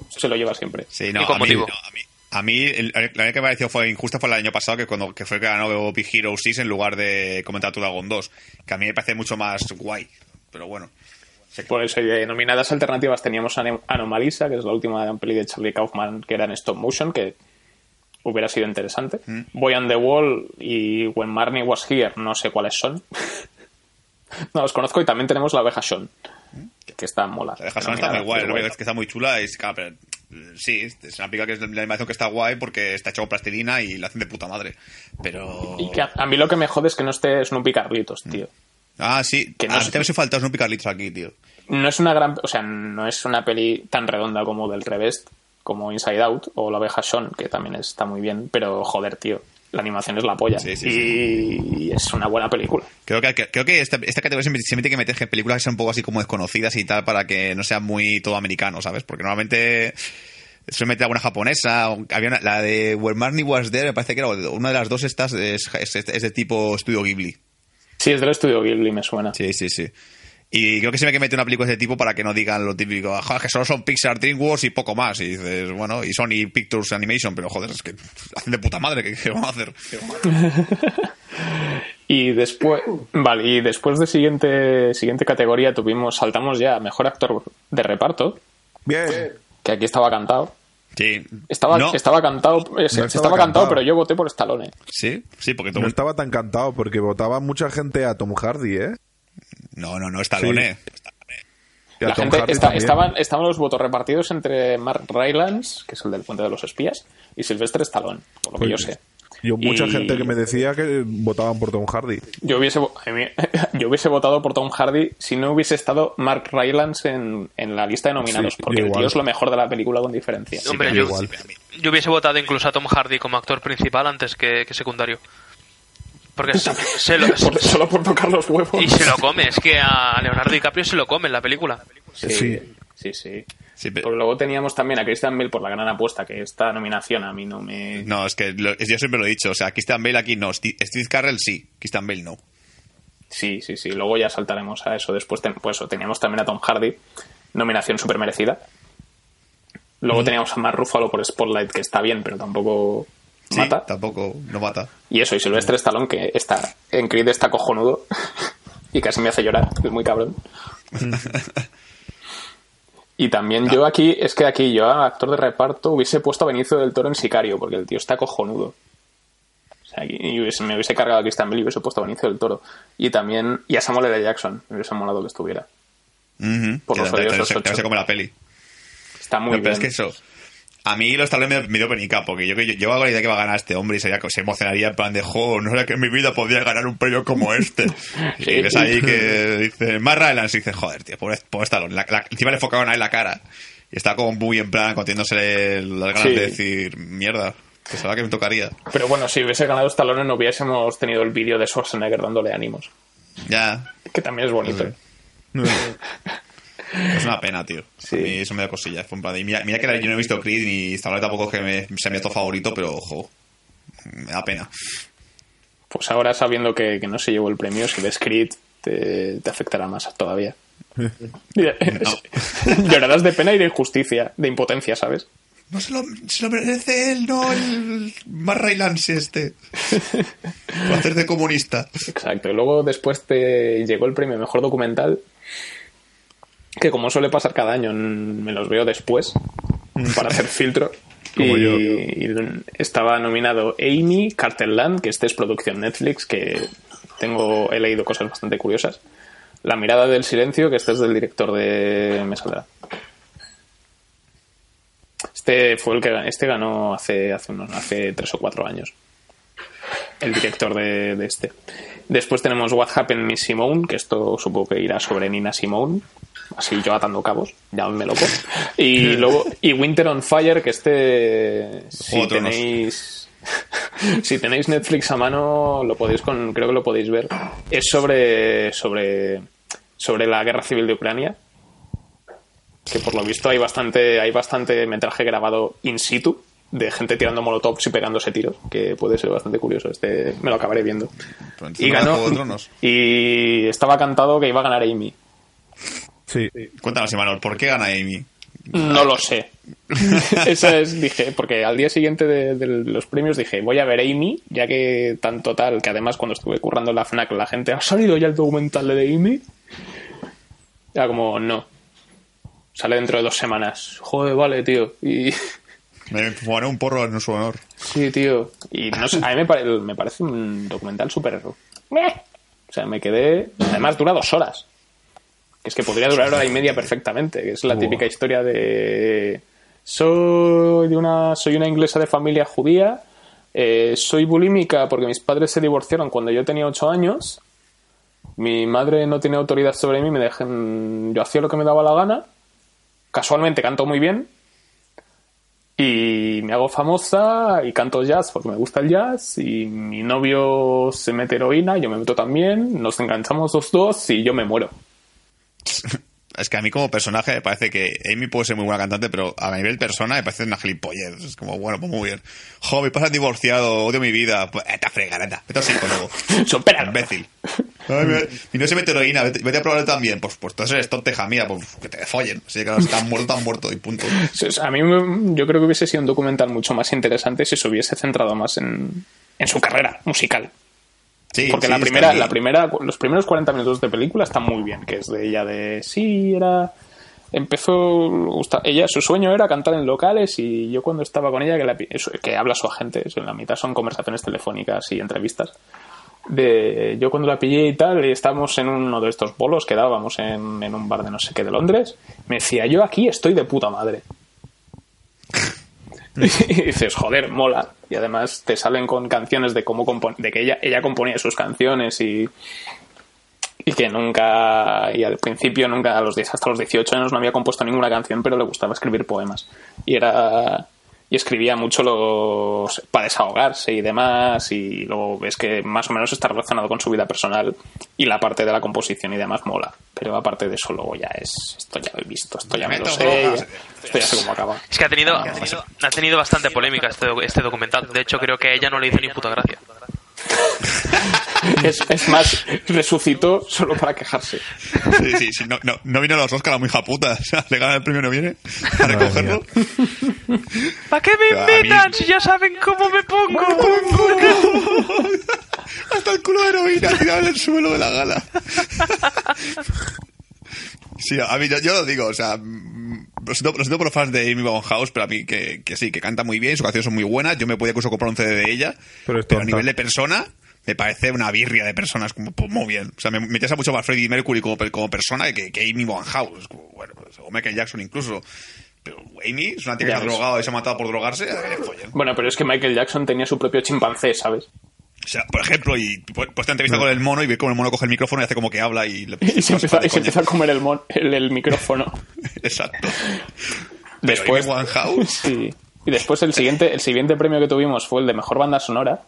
D: se lo lleva siempre.
C: Sí, no,
F: ¿Y con
C: a mí,
F: motivo?
C: no, a mí- a mí el- la verdad que me pareció fue injusta fue el año pasado que cuando que fue que ganó Big Hero 6 en lugar de Comentar tu Dragon 2, que a mí me parece mucho más guay. Pero bueno,
D: Por eso, y de Pues, eh, nominadas alternativas teníamos Anem- Anomalisa, que es la última peli de Charlie Kaufman, que era en stop motion, que hubiera sido interesante.
C: Mm.
D: Boy on the Wall y When Marnie Was Here, no sé cuáles son. no los conozco y también tenemos La Oveja Sean, que está mola.
C: Mm. la de Jason está muy
D: Nominada,
C: guay,
D: pero
C: lo que
D: bueno.
C: es que está muy chula y es que, ah, pero, eh, sí, es una película que es la animación que está guay porque está hecho con plastilina y la hacen de puta madre. Pero
D: Y que a, a mí lo que me jode es que no esté Snoopy Carlitos,
C: Mm.
D: tío.
C: Ah, sí.
D: Que no
C: a
D: es-
C: mí también se falta Snoopy Carlitos aquí, tío.
D: No es una gran, o sea, no es una peli tan redonda como del revés, como Inside Out o La Oveja Sean, que también está muy bien, pero joder, tío, la animación es la polla
C: Sí, sí,
D: y es una buena película.
C: Creo que, que- creo que esta, esta categoría siempre, siempre tiene que meter que películas que sean un poco así como desconocidas y tal para que no sea muy todo americano, ¿sabes? Porque normalmente suele meter alguna japonesa. o- Había una- la de Where Marnie Was There, me parece que era una de las dos estas es, es- es de tipo estudio Ghibli.
D: Sí, es del estudio Ghibli, me suena.
C: Sí, sí, sí. Y creo que siempre hay que meter una película de ese tipo para que no digan lo típico, "Joder, que solo son Pixar, DreamWorks y poco más. Y dices, bueno, y Sony Pictures Animation, pero joder, es que hacen de puta madre, ¿qué, qué vamos a hacer?
D: Y después, vale, y después de siguiente siguiente categoría tuvimos saltamos ya a mejor actor de reparto,
E: Bien.
D: que aquí estaba cantado.
C: Sí.
D: Estaba
C: No.
D: estaba cantado, eh, se-
E: No estaba
D: estaba cantado,
E: cantado.
D: pero yo voté por Stallone.
C: Sí, sí, porque todo
E: No estaba tan cantado porque votaba mucha gente a Tom Hardy, ¿eh?
C: No, no, no, Stallone.
E: Y a
D: La
E: Tom
D: gente
E: Hardy
D: esta-
E: también.
D: estaban, estaban los votos repartidos entre Mark Rylance, que es el del Puente de los Espías, y Sylvester Stallone, por lo que
E: Pues-
D: yo sé.
E: Yo, mucha
D: Y-
E: gente que me decía que votaban por Tom Hardy.
D: Yo hubiese, vo- a mí- yo hubiese votado por Tom Hardy si no hubiese estado Mark Rylance en, en la lista de nominados,
E: Sí,
D: porque
E: yo
D: el
E: igual.
D: tío es lo mejor de la película con diferencia.
F: Hombre,
E: pero
F: yo,
E: igual.
F: yo hubiese votado incluso a Tom Hardy como actor principal antes que, que secundario. Porque se, se lo,
D: Por- solo por tocar los huevos.
F: y se lo come, es que a Leonardo DiCaprio se lo come en la película.
D: Sí,
E: Sí.
D: sí, sí. sí.
C: Sí, pe-
D: Porque luego teníamos también a Christian Bale por la gran apuesta, que esta nominación a mí no me...
C: No, es que lo- yo siempre lo he dicho. O sea, Christian Bale aquí no. Sti- Steve Carrell sí. Christian Bale no.
D: Sí, sí, sí. Luego ya saltaremos a eso después. Ten- Pues eso, teníamos también a Tom Hardy, nominación súper merecida. Luego teníamos a Mark Ruffalo por Spotlight, que está bien, pero tampoco
C: Sí,
D: mata.
C: tampoco. No mata.
D: Y eso, y Silvestre Stallone, que está en Creed está cojonudo y casi me hace llorar, es muy cabrón. y también yo aquí, es que aquí yo a actor de reparto hubiese puesto a Benicio del Toro en Sicario, porque el tío está cojonudo. O sea, aquí- y hubiese- me hubiese cargado a Christian Bale y hubiese puesto a Benicio del Toro. Y también, y a Samuel L. Jackson, me hubiese molado que estuviera.
C: Ujú.
D: Por
C: Que
D: los
C: te- te- te-
D: odiosos
C: te- te vas
D: ocho.
C: a comer la peli.
D: Está muy
C: pero
D: bien.
C: es que eso. A mí lo Stallone me, me dio penica, porque yo, yo, yo hago la idea que va a ganar este hombre y sería, se emocionaría en plan de juego. No era que en mi vida podía ganar un premio como este. Y ves ahí que dice, más Rylance y dice, joder, tío, pobre, pobre Stallone. La- la- encima le enfocaron a él la cara. Y estaba como muy en plan, contiéndose las ganas
D: Sí.
C: de decir, mierda, que será que me tocaría.
D: Pero bueno, si hubiese ganado Stallone no hubiésemos tenido el vídeo de Schwarzenegger dándole ánimos.
C: Ya.
D: Que también es bonito.
C: Sí. Es una pena, tío.
D: Sí.
C: A mí eso me da cosillas. Fue en plan de- y mira, mira que yo no he visto Creed ni Stallone tampoco es que me, sea mi actor favorito, pero ojo. Me da pena.
D: Pues ahora sabiendo que, que no se llevó el premio, si ves Creed, te, te afectará más todavía. Mira, Llorarás de pena y de injusticia, de impotencia, ¿sabes?
C: No se lo, se lo merece él, no el más Rylance este. Por hacer de comunista.
D: Exacto. Y luego después te llegó el premio Mejor Documental, que como suele pasar cada año, n- me los veo después para hacer filtro.
E: Como
D: y,
E: yo.
D: y estaba nominado Amy Carterland, que este es producción Netflix, que tengo, he leído cosas bastante curiosas. La mirada del silencio, que este es del director de... Me saldrá. Este fue el que ga- este ganó hace, hace, unos, hace tres o cuatro años. El director de, de este. Después tenemos What Happened Miss Simone, que esto supongo que irá sobre Nina Simone. Así yo atando cabos, llámame loco. Y luego, y Winter on Fire, que este si
C: Juego de Tronos.
D: tenéis. Si tenéis Netflix a mano, lo podéis con, creo que lo podéis ver. Es sobre. sobre. sobre la guerra civil de Ucrania que por lo visto hay bastante, hay bastante metraje grabado in situ de gente tirando molotovs y pegándose tiros, que puede ser bastante curioso. Este me lo acabaré viendo.
C: Pero entonces no
D: Y
C: era
D: ganó.
C: Juego de Tronos.
D: Y estaba cantado que iba a ganar Amy.
E: Sí.
C: Cuéntanos, Imanol, ¿por qué gana Amy?
D: No lo sé. Esa es, dije, porque al día siguiente de, de los premios dije, voy a ver Amy, ya que tanto tal, que además cuando estuve currando en la FNAC la gente, ¿ha salido ya el documental de Amy? Era como, no. Sale dentro de dos semanas. Joder, vale, tío. Y
C: Me fumaré un porro en su honor.
D: Sí, tío. Y no sé, a mí me, pare- me parece un documental súper... Meh. O sea, me quedé... Además dura dos horas. Que es que podría durar hora y media perfectamente. Que es la típica historia de... Soy, de una, soy una inglesa de familia judía. eh, soy bulímica porque mis padres se divorciaron cuando yo tenía ocho años. Mi madre no tiene autoridad sobre mí. Me dejan, yo hacía lo que me daba la gana. Casualmente canto muy bien. Y me hago famosa y canto jazz porque me gusta el jazz y mi novio se mete heroína, yo me meto también, nos enganchamos los dos y yo me muero.
C: Es que a mí como personaje me parece que Amy puede ser muy buena cantante, pero a nivel persona me parece una gilipollez. Es como, bueno, pues muy bien. Jo, mis padres han divorciado, odio mi vida. Pues, eh, te fregar, anda. Vete al psicólogo.
D: Supéralo.
C: Imbécil. Ay, me- y no se mete heroína, vete, vete a probarlo también. Pues, pues entonces eres tonteja mía, pues que te follen. Así que claro, si estás muerto, estás muerto y punto.
D: O sea, A mí me- yo creo que hubiese sido un documental mucho más interesante si se hubiese centrado más en, en su carrera musical.
C: Sí,
D: Porque
C: sí,
D: la
C: es que
D: primera,
C: a mí-
D: la primera, los primeros 40 minutos de película están muy bien, que es de ella de sí, era empezó gusta- ella su sueño era cantar en locales y yo cuando estaba con ella que, la pi- eso, que habla su agente, eso, en la mitad son conversaciones telefónicas y entrevistas. De yo cuando la pillé y tal, y estábamos en uno de estos bolos que dábamos en, en un bar de no sé qué de Londres, me decía yo aquí estoy de puta madre. y dices, joder, mola. Y además te salen con canciones de cómo compon- de que ella, ella componía sus canciones y, y que nunca, y al principio nunca, a los 10 hasta los 18 años no había compuesto ninguna canción, pero le gustaba escribir poemas. Y era y escribía mucho los para desahogarse y demás y luego ves que más o menos está relacionado con su vida personal y la parte de la composición y demás mola pero aparte de eso luego ya es esto ya lo he visto esto ya me lo
C: Meto
D: sé
C: drogas.
D: ya- esto ya sé cómo acaba
F: Es que ha tenido, ha tenido, ha tenido bastante polémica este, do- este documental. De hecho, creo que a ella no le hizo ni puta gracia.
D: Es, es más, resucitó solo para quejarse.
C: Sí, sí, sí, No, no, no vino a los Oscar, muy hija puta. O sea, le gana el premio y no viene a recogerlo.
F: ¿Para qué me
C: Pero a mí-
F: invitan si ya saben cómo me pongo?
C: Hasta el culo de heroína tirado en el suelo de la gala. Sí, a mí yo, yo lo digo, o sea, mm, lo siento, lo siento por los fans de Amy House, pero a mí que, que sí, que canta muy bien, sus canciones son muy buenas, yo me podía incluso comprar un CD de ella, pero,
E: Pero es
C: a
E: tonta.
C: nivel de persona me parece una birria de personas, como pues, muy bien. O sea, me, me interesa mucho más Freddie Mercury como, per- como persona que, que Amy House, bueno, pues, o Michael Jackson incluso. Pero Amy es una tía que
D: Ya
C: se ha
D: ves.
C: drogado y se ha matado por drogarse, eh, a ver, follen.
D: Bueno, pero es que Michael Jackson tenía su propio chimpancé, ¿sabes?
C: O sea, por ejemplo, y pu- puesta entrevista con el mono y ve cómo el mono coge el micrófono y hace como que habla y le
D: Y se empieza,
C: de
D: y se
C: coña.
D: empieza a comer el, mon- el, el micrófono.
C: Exacto.
D: Después.
C: Amy Winehouse.
D: Sí. Y después el siguiente, el siguiente premio que tuvimos fue el de mejor banda sonora,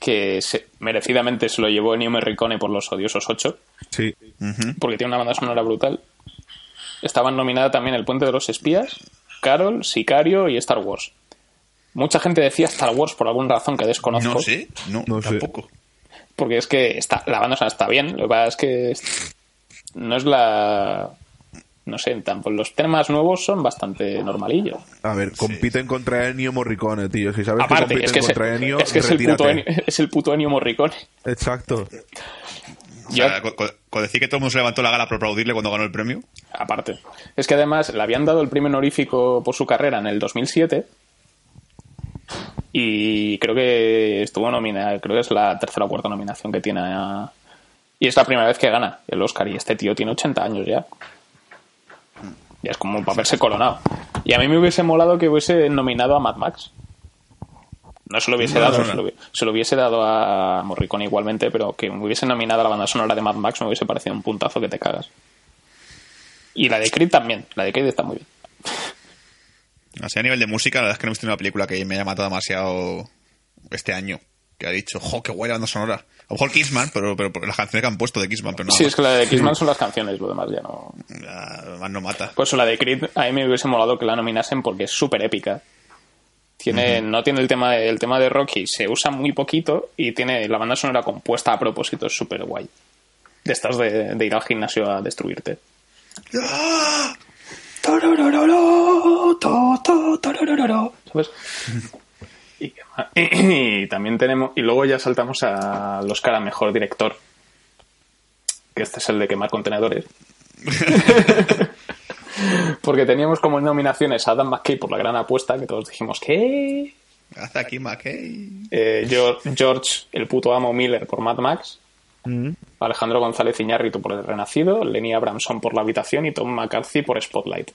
D: que se- merecidamente se lo llevó Ennio Morricone por los odiosos 8,
E: Sí.
C: ¿Mm?
D: porque tiene una banda sonora brutal. Estaban nominada también El Puente de los Espías, Carol, Sicario y Star Wars. Mucha gente decía Star Wars por alguna razón que desconozco.
C: No sé, no,
E: No sé.
C: tampoco.
D: Porque es que está, la banda sonora está bien, lo que pasa es que es- no es la... No sé, tampoco los temas nuevos son bastante normalillos.
E: A ver, compiten contra Ennio Morricone, tío. Si sabes que
D: Aparte,
E: compiten
D: es que, es,
E: contra Ennio,
D: es que es el puto
E: retírate.
D: Ennio, es el puto Ennio Morricone.
E: Exacto.
C: O sea,
D: Yo-
C: con, con- con decir que todo el mundo se levantó la gala para aplaudirle cuando ganó el premio.
D: Aparte. Es que además le habían dado el premio honorífico por su carrera en el 2007 y creo que estuvo nominada, creo que es la tercera o cuarta nominación que tiene a- y es la primera vez que gana el Oscar y este tío tiene 80 años ya. Ya es como para verse coronado. Y a mí me hubiese molado que hubiese nominado a Mad Max. No se lo hubiese
C: No,
D: dado,
C: no,
D: se
C: no.
D: lo, hubi- se lo hubiese dado a Morricone igualmente, pero que me hubiese nominado a la banda sonora de Mad Max me hubiese parecido un puntazo que te cagas. Y la de Creed también, la de Creed está muy bien.
C: Así a nivel de música, la verdad es que no he visto una película que me haya matado demasiado este año. Que ha dicho, jo, qué guay la banda sonora. A lo mejor Kissman, pero, pero, por las canciones que han puesto de Kissman, pero no.
D: Sí, es que la de Kissman son las canciones, lo demás ya no.
C: Además no mata.
D: Pues la de Creed, a mí me hubiese molado que la nominasen porque es súper épica. Tiene, No tiene el tema, de, el tema de Rocky, se usa muy poquito y tiene la banda sonora compuesta a propósito, es súper guay. De estas de, de ir al gimnasio a destruirte. Tororororo, to, to, tororororo, ¿Sabes? Y, qué más. y también tenemos. Y luego ya saltamos a los cara mejor director. Que este es el de quemar contenedores. Porque teníamos como nominaciones a Adam McKay por la gran apuesta, que todos dijimos que.
C: Hasta aquí McKay.
D: Eh, Geor- George, el puto amo Miller por Mad Max.
C: Mm.
D: Alejandro González Iñárritu por El Renacido, Lenny Abramson por La Habitación y Tom McCarthy por Spotlight.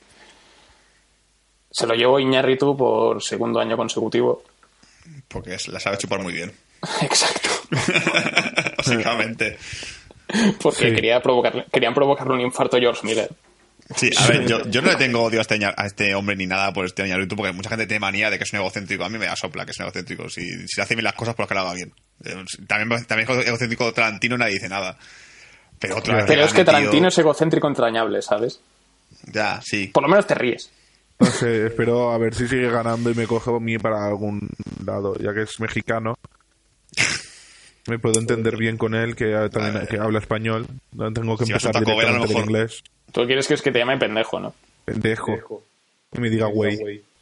D: Se lo llevó Iñárritu por segundo año consecutivo.
C: Porque es- la sabe chupar muy bien.
D: Exacto.
C: Básicamente.
D: Porque
E: Sí.
D: quería provocarle- querían provocarle un infarto a George Miller.
C: Sí, a ver, yo, yo no le tengo odio a este, ña- a este hombre ni nada por este Iñárritu, porque mucha gente tiene manía de que es un egocéntrico. A mí me da sopla que es un egocéntrico. Si, si hace bien las cosas, por que lo haga bien. Eh, También, también es egocéntrico Tarantino, nadie dice nada. Pero otra vez
D: Pero es que
C: gane,
D: Tarantino
C: tío.
D: es egocéntrico entrañable, ¿sabes?
C: Ya, sí.
D: Por lo menos te ríes.
E: No sé, espero a ver si sigue ganando y me coge a mí para algún lado, ya que es mexicano. Me puedo entender bien con él, que ah, también que habla español. No tengo que
C: Si vas a
E: empezar
C: Taco Bell, a lo
E: directamente en
C: mejor.
E: inglés.
D: Tú quieres que, es que te llame pendejo, ¿no?
E: Dejo. Y me diga, güey.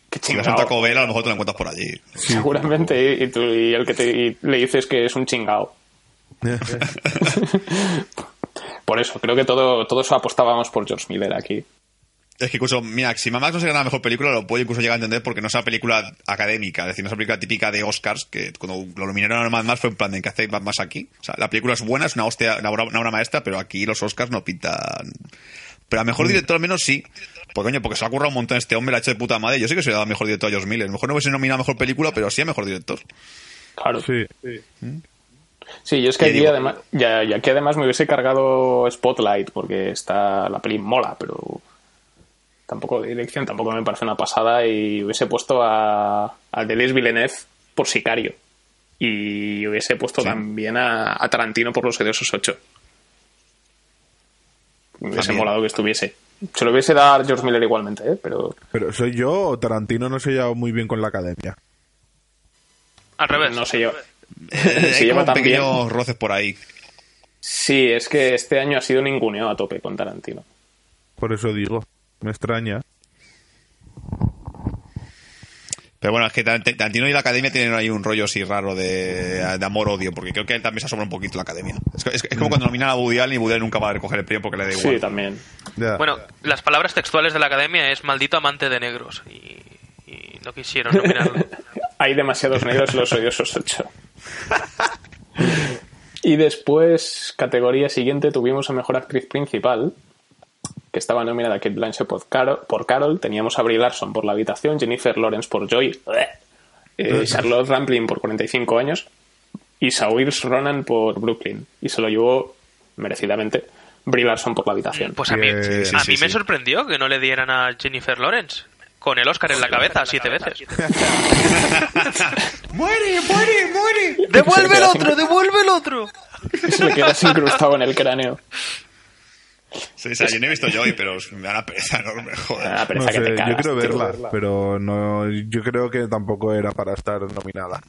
D: Qué
C: Si vas a un
D: chingado.
C: Taco Bell, a lo mejor te lo encuentras por allí.
D: Seguramente, y, y tú, y el que te, y le dices que es un chingao. Por eso, creo que todo, todos apostábamos por George Miller aquí.
C: Es que incluso, mira, si Mamax no se gana la mejor película, lo puedo incluso llegar a entender porque no es una película académica, es decir, no es una película típica de Oscars, que cuando lo nominaron a Mad Max fue en plan de ¿qué hacéis Mad Max aquí? O sea, la película es buena, es una hostia, una obra, una obra maestra, pero aquí los Oscars no pintan Pero a mejor director al menos sí. Porque, coño, porque se lo ha currado un montón este hombre, la ha hecho de puta madre. Yo sé que soy el mejor director a George Miller. A lo mejor no hubiese nominado a mejor película, pero sí a mejor director.
D: Claro.
E: Sí.
D: Sí, yo es que
C: Y
D: aquí
C: digo-
D: además, ya, ya que además me hubiese cargado Spotlight, porque está la peli mola, pero tampoco de dirección, tampoco me parece una pasada y hubiese puesto a, a Delis Villeneuve por Sicario y hubiese puesto también a, a Tarantino por Los Odiosos 8. Me hubiese
C: También.
D: molado que estuviese. Se lo hubiese dado a George Miller igualmente, ¿eh? pero
E: Pero soy yo o Tarantino no se lleva muy bien con la academia.
F: Al revés.
D: no sé yo.
C: Eh,
D: Se
C: Hay
D: lleva
C: como
D: también.
C: pequeños roces por ahí.
D: Sí, es que este año ha sido ninguneo a tope con Tarantino.
E: Por eso digo, me extraña.
C: Pero bueno, es que Tarant- Tarantino y la academia tienen ahí un rollo así raro de, de amor-odio, porque creo que él también se asombra un poquito la academia. Es, es- es como cuando nominan a Woody Allen y Woody Allen nunca va a recoger el premio porque le da igual.
D: Mm. Sí, también.
E: Ya.
F: Bueno, las palabras textuales de la academia es maldito amante de negros. Y, y no quisieron nominarlo.
D: Hay demasiados negros en los odiosos 8. Y después, categoría siguiente, tuvimos a Mejor Actriz Principal, que estaba nominada Kate Blanchett por, Caro- por Carol, teníamos a Brie Larson por La Habitación, Jennifer Lawrence por Joy, eh, Charlotte Rampling por 45 años y Saoirse Ronan por Brooklyn. Y se lo llevó, merecidamente, Brie Larson por La Habitación.
F: Pues a mí,
E: Eh, sí,
C: sí,
F: a
C: sí,
F: mí me
C: sí.
F: sorprendió que no le dieran a Jennifer Lawrence con el Oscar en la cabeza siete veces.
C: ¡Muere, muere, muere!
F: ¡Devuelve el otro! ¡Devuelve el otro!
D: Se le queda incrustado en el cráneo.
C: Sí, o sea, yo no he visto Joy, pero me da una pereza enorme, joder.
D: Ah, pero
E: No
D: esa que
E: sé,
D: te cagas,
E: yo quiero
D: tío.
E: verla, pero no, yo creo que tampoco era para estar nominada.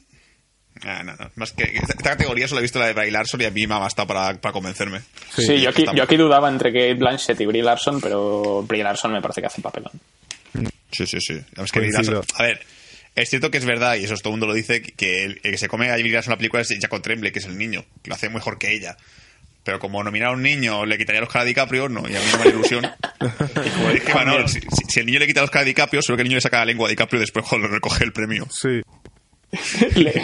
C: Ah, no, no. Más que que esta, esta categoría solo he visto la de Bray Larson y a mí me ha bastado para, para convencerme.
D: Sí, yo, aquí, yo aquí dudaba entre Kate Blanchett y Brie Larson, pero Brie Larson me parece que hace papelón.
C: Sí, sí, sí. Además que
E: Coincido.
C: Brie Larson- a ver, es cierto que es verdad, y eso todo el mundo lo dice, que el, el que se come a Brie Larson en la película es Jacob Tremblay, que es el niño, que lo hace mejor que ella. Pero como nominar a un niño le quitaría los Oscar a DiCaprio, no, y a mí no me da ilusión. Y como dije, Manuel, si, si- si el niño le quita los Oscar a DiCaprio, seguro que el niño le saca la lengua a DiCaprio y después joder, recoge el premio.
E: Sí.
D: Le,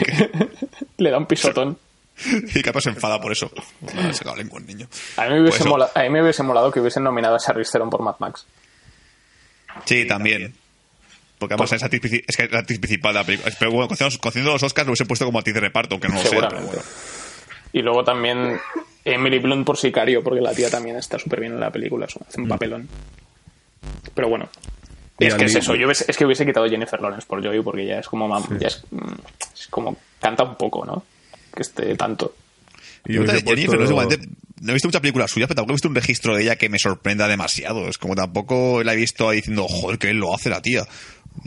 D: le da un pisotón.
C: Y DiCaprio se enfada por eso. Bueno, le ha sacado la lengua al niño.
D: A mí, me hubiese
C: Pues eso.
D: mola- a mí me hubiese molado que hubiesen nominado a Charlize Theron por Mad Max.
C: Sí, también. Porque además es, actriz princi- es que es la actriz principal de la película. Pero bueno, conociendo conociendo los Oscars lo hubiese puesto como actriz de reparto, aunque no lo sé. pero
D: Seguramente.
C: bueno.
D: Y luego también Emily Blunt por Sicario, porque la tía también está súper bien en la película, es un- hace un
C: Mm.
D: papelón. Pero bueno.
E: Y
D: es
E: a
D: que es
E: mí-
D: eso, yo hubiese- es que hubiese quitado a Jennifer Lawrence por Joey, porque ya es como, mam- ya es, mm, es como canta un poco, ¿no? Que esté tanto.
E: Y
C: Yo
E: hubiese
C: también, Jennifer,
E: puesto-
C: no, es igual, te- no he visto muchas películas suyas, pero tampoco he visto un registro de ella que me sorprenda demasiado. Es como tampoco la he visto ahí diciendo, joder, que lo hace la tía.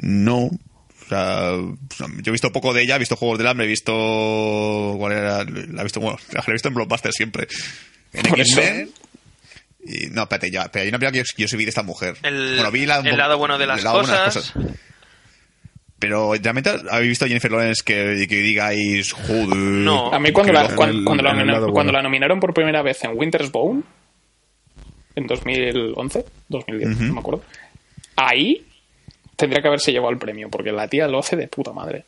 C: No. O sea, pues, no, yo he visto poco de ella, he visto Juegos del Hambre, he visto... ¿Cuál era? La he visto, bueno, la he visto en Blockbuster siempre. En
D: Por eso.
C: X-Men. Y, no, espérate, ya. Pero hay una película que yo, yo sí vi de esta mujer.
F: El,
C: Bueno, vi la-
F: el lado bueno de
C: el
F: las
C: lado bueno
F: cosas.
C: Pero realmente habéis visto a Jennifer Lawrence que, que digáis, joder.
F: No.
D: A mí cuando,
E: Creo
D: la,
E: que
D: cuan-
E: en el-
D: cuando la
E: en el
D: nomina-
E: lado
D: cuando
E: bueno.
D: la nominaron por primera vez en Winter's Bone, en 2011, 2010, no me acuerdo, ahí tendría que haberse llevado el premio, porque la tía lo hace de puta madre.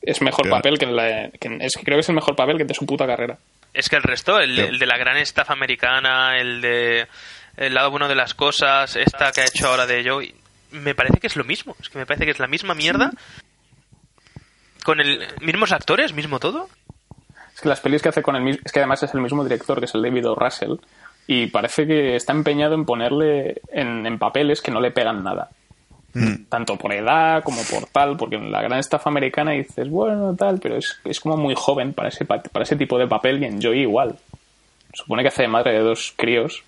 D: Es mejor
C: Pero-
D: papel que, en la- que en- es que creo que es el mejor papel que de su puta carrera.
F: Es que el resto, el,
C: Pero-
F: el de la gran estafa americana, el de el lado bueno de las cosas, esta que ha hecho ahora de Joey, me parece que es lo mismo. Es que me parece que es la misma mierda. Con el mismos actores, mismo todo.
D: Es que las pelis que hace con el mismo, es que además es el mismo director que es el David O. Russell y parece que está empeñado en ponerle en, en papeles que no le pegan nada. Tanto por edad como por tal, porque en la gran estafa americana dices, bueno, tal, pero es, es como muy joven para ese, pa- para ese tipo de papel y en Joey igual. Supone que hace de madre de dos críos.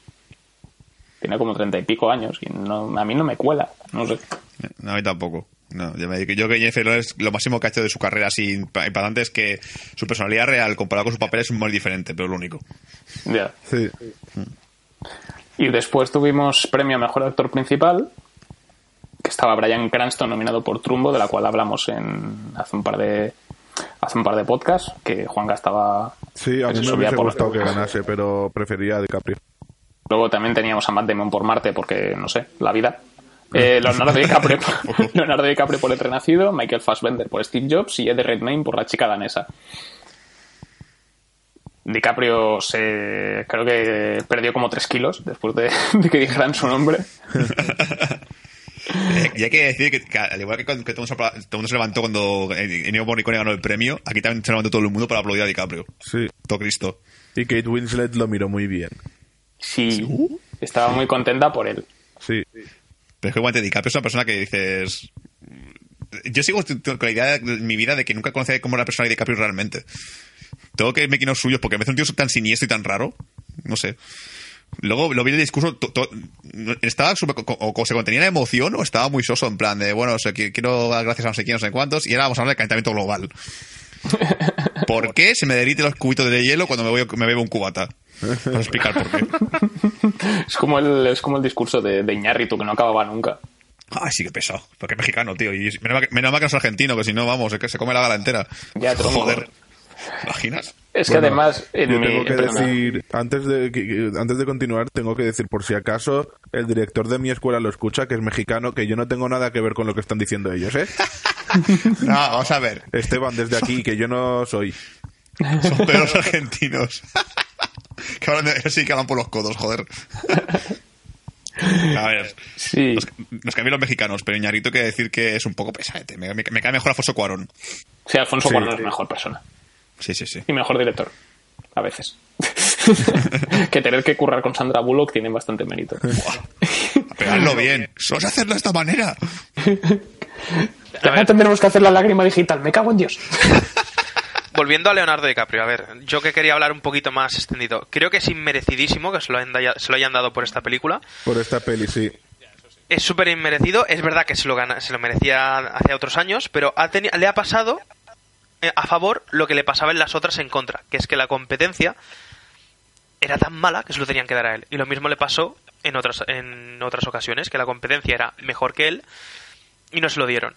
D: Tiene como treinta y pico años y no- a mí no me cuela. No sé.
C: No, a mí tampoco. No, yo, me- yo creo que Jennifer Lawrence, lo máximo que ha hecho de su carrera así impa- impactante es que su personalidad real comparada con su papel es muy diferente, pero lo único.
D: Ya.
E: Sí.
D: Y después tuvimos premio a mejor actor principal, que estaba Brian Cranston nominado por Trumbo, de la cual hablamos en hace un par de hace un par de podcasts, que Juanca estaba
E: Sí, a
D: que
E: mí
D: se
E: me
D: subía
E: hubiese
D: por-
E: gustado que ganase, pero prefería a DiCaprio.
D: Luego también teníamos a Matt Damon por Marte, porque no sé, la vida. Eh, Leonardo, DiCaprio, Leonardo DiCaprio por El Renacido, Michael Fassbender por Steve Jobs y Eddie Redmayne por La Chica Danesa. DiCaprio se creo que perdió como 3 kilos después de, de que dijeran su nombre.
C: Eh, y hay que decir que, que al igual que, con- que todo, el mundo se apla- todo el mundo se levantó cuando eh, Ennio Morricone ganó el premio, aquí también se levantó todo el mundo para aplaudir a DiCaprio.
E: Sí.
C: Todo Cristo.
E: Y Kate Winslet lo miró muy bien.
D: Sí, estaba muy contenta por él.
E: Sí.
C: Pero es que igualmente DiCaprio es una persona que dices... Yo sigo t- t- con la idea de mi vida de que nunca conocí cómo era la persona de DiCaprio realmente. Tengo que irme quinos suyos porque me hace un tío tan siniestro y tan raro. No sé. Luego lo vi en el discurso. to- to- estaba súper- co- o, o se contenía la emoción o estaba muy soso en plan de, bueno, o sea, qui- quiero dar gracias a no sé quién, no sé cuántos. Y ahora vamos a hablar del calentamiento global. ¿Por qué se me derriten los cubitos de hielo cuando me, voy, a- me bebo un cubata? Vamos a explicar por qué.
D: Es como el, es como el discurso de, de Iñárritu que no acababa nunca.
C: Ay, sí que pesado. Porque es mexicano, tío. Y es- menos mal que- menos mal que no es argentino, que si no, vamos, es que se come la gala entera.
D: Ya, tronco.
C: Joder. ¿Te ¿Imaginas?
D: Es
E: Bueno,
D: que además en
E: yo
D: mi-
E: tengo que
D: perdona.
E: decir, antes de, que- que- antes de continuar, tengo que decir, por si acaso el director de mi escuela lo escucha, que es mexicano, que yo no tengo nada que ver con lo que están diciendo ellos, ¿eh?
C: No, vamos a ver.
E: Esteban, desde aquí, que yo no soy.
C: Son peores los argentinos. que hablan de- sí que hablan por los codos, joder. A ver.
D: Sí.
C: Nos, nos cambian los mexicanos, pero Iñarito quiere decir que es un poco pesadete. Me, me- me cae mejor Afonso Cuarón.
D: Sí, Alfonso
E: Sí.
D: Cuarón es mejor persona
C: Sí, sí, sí.
D: y mejor director. A veces. que tener que currar con Sandra Bullock tiene bastante mérito.
C: Pero hazlo bien. Solo hacerlo de esta manera.
D: Ahora tendremos que hacer la lágrima digital. Me cago en Dios.
F: Volviendo a Leonardo DiCaprio, a ver, yo que quería hablar un poquito más extendido. Creo que es inmerecidísimo que se lo, hayan da- se lo hayan dado por esta película.
E: Por esta peli, sí.
F: Es súper inmerecido. Es verdad que se lo, gana, se lo merecía hace otros años, pero ha teni- le ha pasado eh, a favor lo que le pasaba en las otras en contra, que es que la competencia era tan mala que se lo tenían que dar a él. Y lo mismo le pasó en otras, en otras ocasiones, que la competencia era mejor que él y no se lo dieron.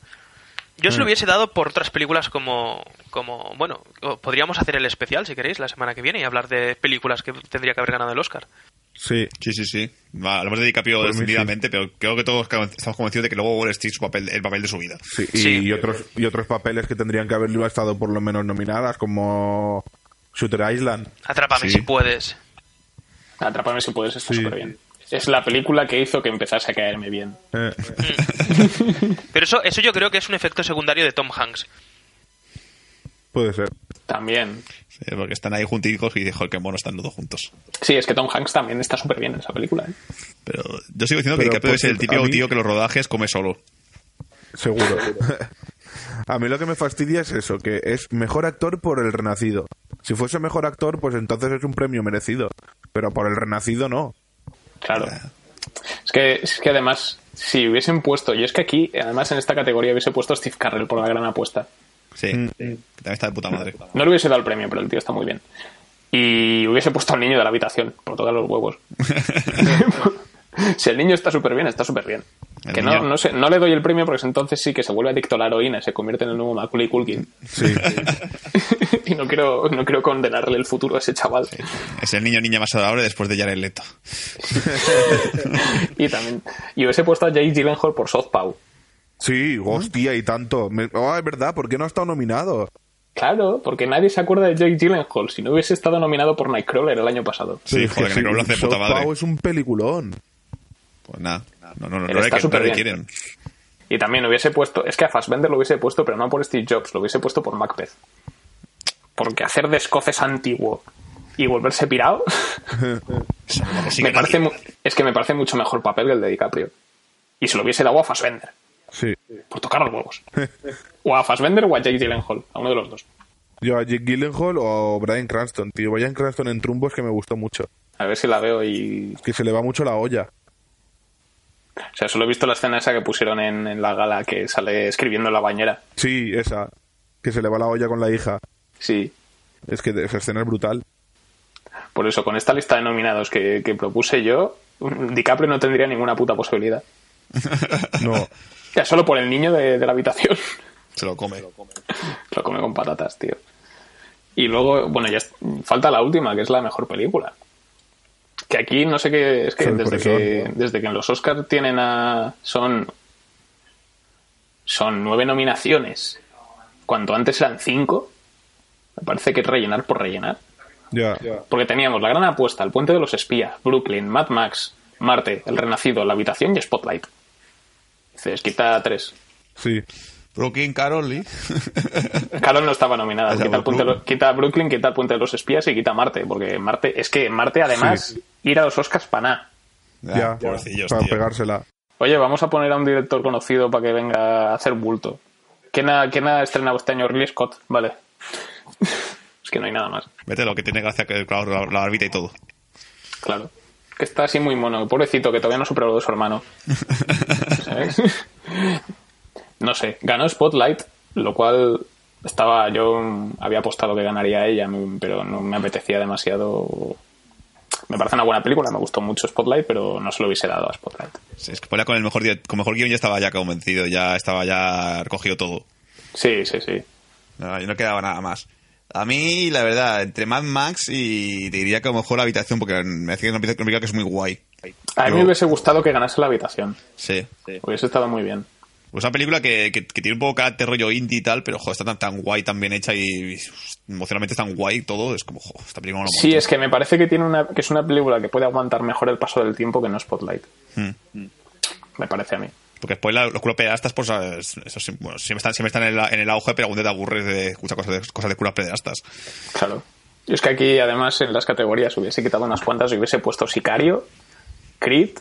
F: Yo se lo hubiese dado por otras películas como, como bueno, o podríamos hacer el especial si queréis la semana que viene y hablar de películas que tendría que haber ganado el Oscar.
E: Sí.
C: Sí, sí, sí. Va, Hablamos de DiCaprio
E: Por mí, sí.
C: decididamente, pero creo que todos estamos convencidos de que luego Wall Street es su papel, el papel de su vida.
E: Sí, y,
F: Sí.
E: otros y otros papeles que tendrían que haberlo estado por lo menos nominadas, como Shooter Island.
F: Atrápame
C: Sí.
F: si puedes.
D: Atrápame si puedes, está
E: Sí.
D: súper bien. Es la película que hizo que empezase a caerme bien.
E: Eh,
F: Pero eso, eso yo creo que es un efecto secundario de Tom Hanks.
E: puede ser.
D: También.
C: Sí, Eh, porque están ahí junticos y dije, joder, qué mono están los dos juntos.
D: Sí, es que Tom Hanks también está súper bien en esa película. ¿eh?
C: Pero yo sigo diciendo
E: Pero,
C: que DiCaprio
E: por
C: es el
E: cierto,
C: típico
E: a mí-
C: tío que los rodajes come solo.
E: Seguro. A mí lo que me fastidia es eso, que es mejor actor por el renacido. Si fuese mejor actor, pues entonces es un premio merecido. Pero por el renacido no.
D: Claro. Es que, es que además, si hubiesen puesto, y es que aquí, además en esta categoría hubiese puesto a Steve Carrell por la gran apuesta.
C: Sí,
E: Mm.
C: que también está de puta madre.
D: No le hubiese dado el premio, pero el tío está muy bien. Y hubiese puesto al niño de la habitación, por todos los huevos. si el niño está súper bien, está súper bien.
C: El
D: Que no,
C: niño.
D: no, sé, no le doy el premio porque entonces sí que se vuelve adicto a la heroína, se convierte en el nuevo Macaulay Culkin.
E: Sí.
D: y no quiero, no quiero condenarle el futuro a ese chaval.
C: Es el niño niña más adorable después de Jared Leto.
D: y también. Y hubiese puesto a Jay Gyllenhaal por South Pau.
E: Sí, hostia, y tanto. Me- Ah, es verdad, ¿por qué no ha estado nominado?
D: Claro, porque nadie se acuerda de Jake Gyllenhaal si no hubiese estado nominado por Nightcrawler el año pasado.
C: Sí, joder, que Nightcrawler hace de puta
E: South Park
C: madre.
E: es un peliculón.
C: Pues nada, no, no, no, no,
D: Pero
C: le
D: está
C: quieren, no le
D: superbién.
C: quieren.
D: Y también hubiese puesto, es que a Fassbender lo hubiese puesto, pero no por Steve Jobs, lo hubiese puesto por Macbeth. Porque hacer de escoces antiguo y volverse pirado,
C: Eso no lo consigue
D: me parece,
C: nadie.
D: mu- es que me parece mucho mejor papel que el de DiCaprio. Y se lo hubiese dado a Fassbender,
E: Sí.
D: por tocar los huevos. O a Fassbender o a Jake Gyllenhaal, a uno de los dos.
E: Yo a Jake Gyllenhaal o a Brian Cranston, tío. Brian Cranston en Trumbos que me gustó mucho.
D: A ver si la veo y...
E: Que se le va mucho la olla.
D: O sea, solo he visto la escena esa que pusieron en, en la gala que sale escribiendo en la bañera.
E: Sí, esa. Que se le va la olla con la hija.
D: Sí,
E: Es que esa escena es brutal.
D: Por eso, con esta lista de nominados que, que propuse yo, DiCaprio no tendría ninguna puta posibilidad.
E: No.
D: Ya solo por el niño de, de la habitación.
C: Se lo come.
D: Lo come con patatas, tío. Y luego, bueno, ya es- falta la última, que es la mejor película. Que aquí no sé qué. Es que
E: Soy
D: desde,
E: profesor.
D: que desde que en los Oscars tienen a. Son. Son nueve nominaciones. Cuanto antes eran cinco. Me parece que es rellenar por rellenar.
E: Ya.
D: Porque teníamos La Gran Apuesta, El Puente de los Espías, Brooklyn, Mad Max, Marte, El Renacido, La Habitación y Spotlight. Dices, quita tres.
E: Sí.
C: Brooklyn Carol Lee.
D: Carol no estaba nominada.
C: sea,
D: Quita, el puente de lo- quita Brooklyn, quita el Puente de los Espías y quita Marte. Porque Marte, es que Marte además ir a los Oscars para nada.
E: ya.
C: Ah, Pobrecillos,
E: para
C: tío.
E: pegársela.
D: Oye, vamos a poner a un director conocido para que venga a hacer bulto. ¿Quién ha, quién ha estrenado este año? Ridley Scott, vale. es que no hay nada más,
C: Vete lo que tiene gracia que claro, la, la barbita y todo.
D: claro. Que está así muy mono, pobrecito, que todavía no superó lo de su hermano. ¿Sabes? no sé, ganó Spotlight, lo cual estaba. Yo había apostado que ganaría ella, pero no me apetecía demasiado. Me parece una buena película, me gustó mucho Spotlight, pero no se lo hubiese dado a Spotlight.
C: Sí, es que ponía con el mejor, direct- con mejor guión ya estaba ya convencido, ya estaba ya recogido todo.
D: Sí, sí, sí.
C: No, y no quedaba nada más. A mí, la verdad, entre Mad Max y te diría que a lo mejor la habitación, porque me hace que no empieza que es muy guay.
D: A mí
C: Yo-
D: me hubiese gustado que ganase la habitación.
C: Sí.
D: Hubiese estado muy bien.
C: Pues una película que, que- que tiene un poco carácter rollo indie y tal, pero joder, está tan, tan guay, tan bien hecha y, y, emocionalmente tan guay todo. Es como, joder, esta película no
D: Sí, es que me parece que tiene una que es una película que puede aguantar mejor el paso del tiempo que no Spotlight. Me parece a mí.
C: Mm. Porque después la- los curas pederastas, pues, ¿sabes? eso sí, bueno, siempre están, siempre están en, la- en el auge, pero algún día te aburres de escuchar cosas de, cosas de curas pederastas.
D: Claro. Y es que aquí además en las categorías hubiese quitado unas cuantas y hubiese puesto Sicario, Creed,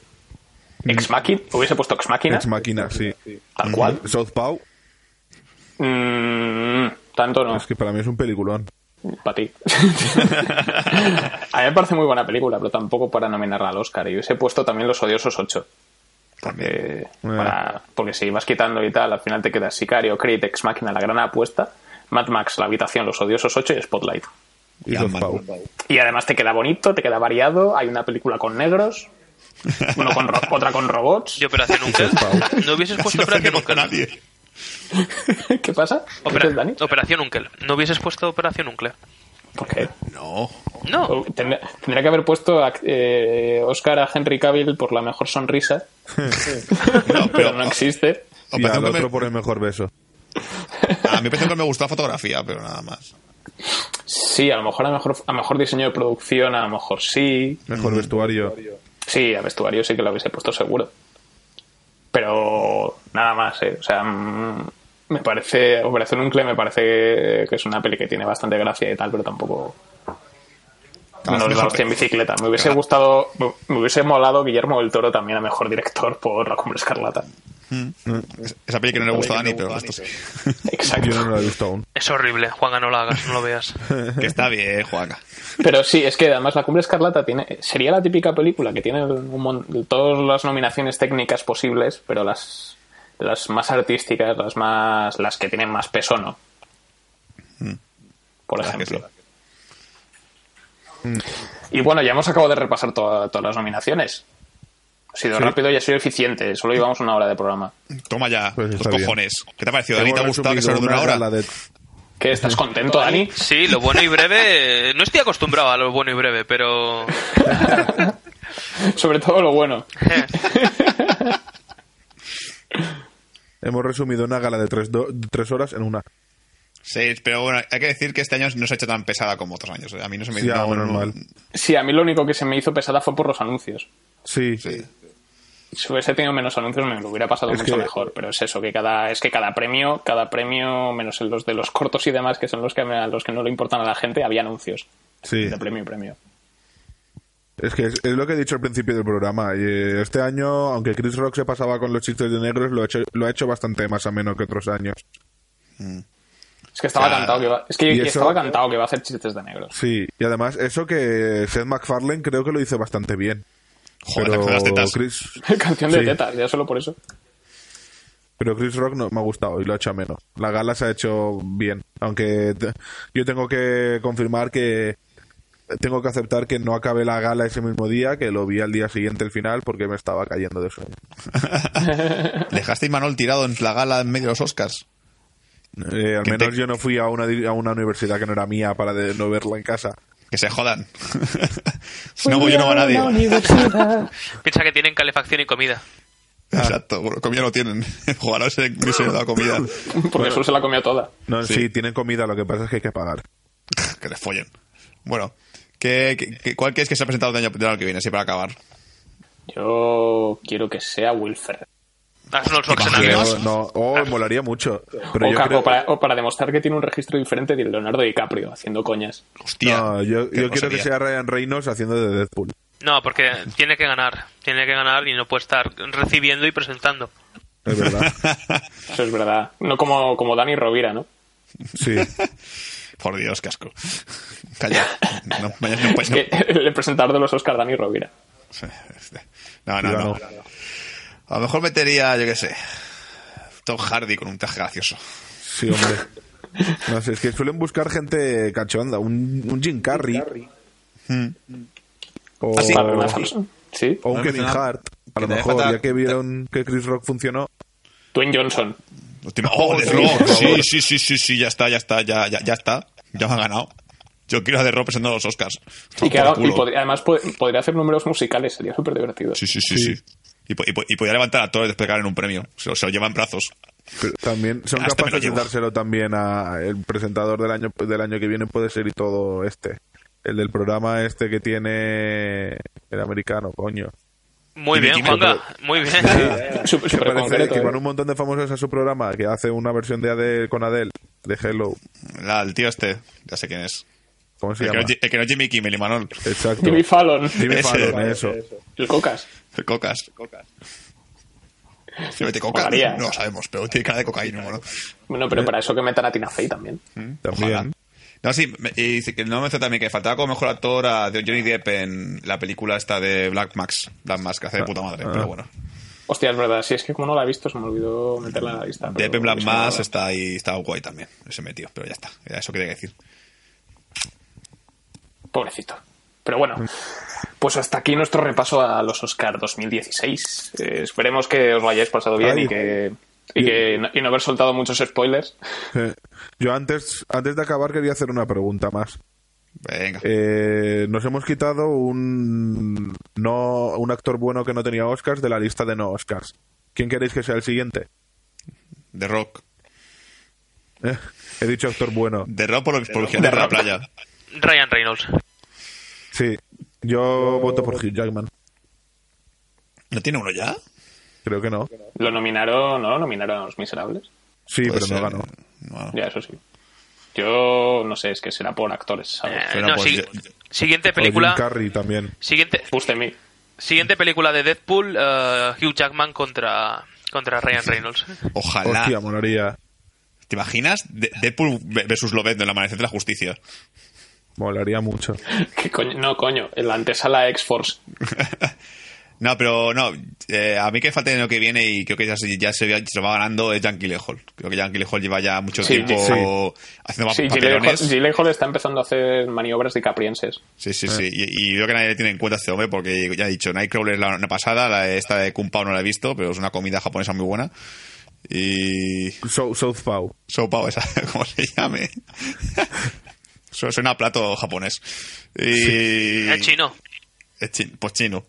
D: Ex Machina, hubiese puesto Ex Machina,
E: Mm. Ex máquina, sí.
D: tal cual.
E: Southpaw,
D: Mm, tanto no,
E: es que para mí es un peliculón.
D: para ti. a mí me parece muy buena película, pero tampoco para nominarla al Oscar. Y hubiese puesto también Los Odiosos 8.
E: Eh.
D: Porque, para- porque si vas quitando y tal, al final te quedas Sicario, Creed, Ex Máquina, La Gran Apuesta, Mad Max, La Habitación, Los Odiosos 8 y Spotlight.
E: Y
C: Ya,
E: Southpaw.
C: man.
D: Y además te queda bonito, te queda variado, hay una película con negros, uno con ro- otra con robots.
F: ¿Y Operación Uncal? ¿No hubieses
C: Casi
F: puesto
C: no
F: Operación
C: ofendemos a
F: Uncal?
C: nadie.
D: ¿Qué pasa? ¿Qué
F: Opera-
D: dices, Dani?
F: Operación Uncle. ¿No hubieses puesto Operación Uncle?
D: ¿Por qué?
C: No.
F: No.
D: Tendré- Tendría que haber puesto a, eh, Oscar a Henry Cavill por la mejor sonrisa,
C: No,
D: pero
C: pero
D: no existe.
E: Y
C: Operación
E: al
C: Carmen-
E: otro por el mejor beso.
C: a mí, por ejemplo, me gustó la fotografía, pero nada más.
D: Sí, a lo mejor a mejor, a mejor diseño de producción, a lo mejor sí.
E: Mejor vestuario.
D: Sí, a vestuario sí que lo hubiese puesto seguro. Pero nada más, ¿eh? O sea, mm, me parece. Operación Uncle me parece que es una peli que tiene bastante gracia y tal, pero tampoco.
C: Ah,
D: No le da
C: mejor
D: hostia en
C: pe-
D: bicicleta. Me hubiese
C: Ah.
D: gustado. Me hubiese molado Guillermo del Toro también a mejor director por La Cumbre Escarlata.
C: Es- Esa peli que no le gusta a Dani, pero esto sí.
D: Exacto.
E: Yo no lo he visto aún.
F: Es horrible, Juan, no lo hagas, no lo veas.
C: Que está bien, Juanca.
D: Pero sí, es que además La Cumbre Escarlata tiene, sería la típica película que tiene un mon- todas las nominaciones técnicas posibles, pero las, las más artísticas, las más las que tienen más peso no. Por
C: Mm. Claro que
D: ejemplo. Y bueno, ya hemos acabado de repasar toda- todas las nominaciones. Ha sido rápido y ha sido eficiente. Solo llevamos una hora de programa.
C: Toma ya,
E: Pues
C: los
E: está bien.
C: cojones. ¿Qué te ha parecido, Dani? ¿Te ha
E: Hemos
C: gustado que
E: resumido
C: solo dura una
E: gala
C: hora?
E: de-
D: ¿Qué? ¿Estás contento, Dani?
F: Sí, lo bueno y breve. No estoy acostumbrado a lo bueno y breve, pero. eh,
D: Sobre todo lo bueno.
E: Hemos resumido una gala de tres, do- tres horas en una.
C: Sí, pero bueno, hay que decir que este año no se ha hecho tan pesada como otros años. ¿eh? A mí no se me
E: Sí,
C: hizo
E: ah,
C: nada-
E: menos mal.
D: Sí, a mí lo único que se me hizo pesada fue por los anuncios.
E: Sí.
C: Sí.
D: si hubiese tenido menos anuncios me lo hubiera pasado
E: Es
D: mucho
E: que-
D: mejor pero es eso que cada es que cada premio cada premio menos en los de los cortos y demás que son los que me- a los que no le importan a la gente había anuncios
E: Sí.
D: de premio y premio
E: Es que es, es lo que he dicho al principio del programa. y, eh, Este año, aunque Chris Rock se pasaba con los chistes de negros, lo ha hecho, lo ha hecho bastante más ameno que otros años.
D: es que estaba
C: Ya.
D: cantado que iba, es que
E: Y
D: que
E: eso-
D: estaba cantado que va a hacer chistes de negros
E: Sí. Y además, eso que Seth MacFarlane creo que lo hizo bastante bien.
C: Joder,
E: pero
C: te las tetas.
E: Chris,
D: canción de
E: Sí.
D: tetas ya solo por eso
E: pero Chris Rock no me ha gustado y lo ha hecho ameno. La gala se ha hecho bien. Aunque te- yo tengo que confirmar que tengo que aceptar que no acabé la gala ese mismo día, que lo vi al día siguiente el final porque me estaba cayendo de sueño.
C: Dejaste a Imanol tirado en la gala en medio de los Oscars.
E: Eh, al
C: Que
E: menos
C: te-
E: yo no fui a una, di- a una universidad que no era mía para de- no verla en casa.
C: Que se jodan. si no voy yo, no va nadie.
F: Piensa que tienen calefacción y comida.
C: Exacto, bueno, comida no tienen. Ojalá se me hubiese dado comida.
D: porque eso se la comió toda
E: No, sí.
C: Sí.
E: tienen comida, lo que pasa es que hay que pagar.
C: que les follen. Bueno, ¿qué, qué- qué- cuál crees que se ha presentado el año, del año que viene? Así para acabar.
D: Yo quiero que sea Wilfred.
F: Arnold
E: Pero
F: Schwarzenegger.
E: no, oh, molaría mucho. Pero
D: O,
E: yo
D: ca-
E: creo-
D: o para, o para demostrar que tiene un registro diferente de Leonardo DiCaprio haciendo coñas.
C: Hostia.
E: no, yo,
C: qué
E: yo quiero que
C: grosería.
E: sea Ryan Reynolds haciendo de Deadpool.
F: No, porque tiene que ganar. Tiene que ganar y no puede estar recibiendo y presentando.
E: Es verdad.
D: Eso es verdad. No como, como Dani Rovira, ¿no?
E: Sí.
C: Por Dios, qué asco. Calla. No, mañana no, pues,
D: Es
C: no.
D: que el presentador de los Oscar Dani Rovira.
C: este. No, no, no. A lo mejor metería, yo qué sé, Tom Hardy con un traje gracioso.
E: Sí, hombre. No sé, es que suelen buscar gente cachonda. Un, un Jim Carrey. O,
C: sí.
D: Para Bernard Hopkins. Sí.
E: o un
C: No,
E: Kevin
C: no, no.
E: Hart. A lo
C: Que te
E: mejor,
C: falta-
E: ya que vieron que Chris Rock funcionó.
D: Dwayne Johnson.
C: Última- ¡Oh, The Rock! Sí, sí, sí, sí, sí, ya está, ya está, ya, ya, ya está. Ya me han ganado. Yo quiero a The Rock presentando los Oscars.
D: Y, que
C: Por
D: haga- y
C: culo.
D: podría- además po- podría hacer números musicales, sería súper divertido.
C: Sí, sí, sí, sí. Y, po- y, po- y podría levantar a todos y despegar en un premio. Se lo, se lo lleva en brazos.
E: Pero también
C: Hasta
E: son
C: me lo
E: capaces de
C: llevo.
E: dárselo también a el presentador del año del año que viene puede ser y todo este. El del programa este que tiene el americano, coño.
F: Muy bien,
C: Jimmy,
F: Juanga. Muy bien.
D: Súper
E: Que
D: súper
E: parece
D: concreto.
E: que
D: ¿eh?
E: van un montón de famosos a su programa, que hace una versión de Adele con Adele, de Hello.
C: La, el tío este, ya sé quién es.
E: ¿Cómo se
C: El que, no,
E: llama?
C: es Ji- el que no es Jimmy Kimmel y Manol.
E: Exacto.
D: Jimmy Fallon.
E: Jimmy
C: Ese,
E: Fallon,
C: vale,
E: eso.
D: El Cocas.
C: Cocas. Si mete coca,
D: Molaría.
C: no lo sabemos, pero tiene cara de cocaína, ¿no?
D: Bueno, pero para eso que metan a Tina Fey también.
E: Mm. También.
C: No, sí, me- y dice que no me también que faltaba como mejor actor a Johnny Depp en la película esta de Black Max, Black Max, que hace de puta madre, pero bueno.
D: Hostia, es verdad. Si es que como no la he visto, se me olvidó meterla en la lista. pero
C: Depp en Black
D: es
C: Max
D: una-
C: está ahí, está guay también, ese metido, pero ya está, era eso quería decir.
D: Pobrecito. Pero bueno, pues hasta aquí nuestro repaso a los Oscar 2016. Eh, esperemos que os lo hayáis pasado bien
E: Ay.
D: y que, y que no, y no haber soltado muchos spoilers.
E: Eh, Yo antes, antes de acabar quería hacer una pregunta más.
C: Venga,
E: Eh, nos hemos quitado un no un actor bueno que no tenía Oscars de la lista de no Oscars. ¿Quién queréis que sea el siguiente?
C: The Rock.
E: Eh, he dicho actor bueno.
C: The Rock por, por vigilar
D: The
C: la
D: Rock.
C: playa.
F: Ryan Reynolds. Eh,
E: Sí. Yo voto por Hugh Jackman.
C: ¿No tiene uno ya?
E: Creo que no.
D: Lo nominaron, ¿no? Lo nominaron a Los Miserables.
E: Sí,
C: Puede
E: pero
C: ser.
E: no ganó.
C: No.
D: Ya, eso sí. Yo no sé, es que será por actores, ¿sabes?
F: Eh,
C: Pero
F: no,
C: pues
F: si-
C: yo-
F: Siguiente
E: O Jim
F: película.
E: Carrey también.
F: Siguiente,
D: Puste mí.
F: siguiente película de Deadpool, eh, Hugh Jackman contra, contra Ryan Reynolds.
C: Ojalá.
E: Hostia, molaría.
C: ¿Te imaginas? De- Deadpool versus Lobezno en la amanecer de la justicia.
E: Molaría mucho.
D: ¿Qué coño? No, coño. En la antesala X-Force.
C: No, pero no. eh, a mí que falta en lo que viene y creo que ya se, ya se, se lo va ganando es Jan Hall. Creo que Jan Hall lleva ya mucho
D: Sí,
C: tiempo haciendo más
D: Sí,
C: papelones.
D: Gyllenhaal está empezando a hacer maniobras dicaprienses.
C: Sí, sí, sí. Y, y veo que nadie le tiene en cuenta a este hombre porque ya he dicho, Nightcrawler la, la pasada, la, esta de Kung Pao no la he visto, pero es una comida japonesa muy buena. Y.
E: So- Southpaw.
C: Sopa, esa, como se llame. Su- Suena a plato japonés. Y.
F: Es chino.
C: Es chin- pues chino.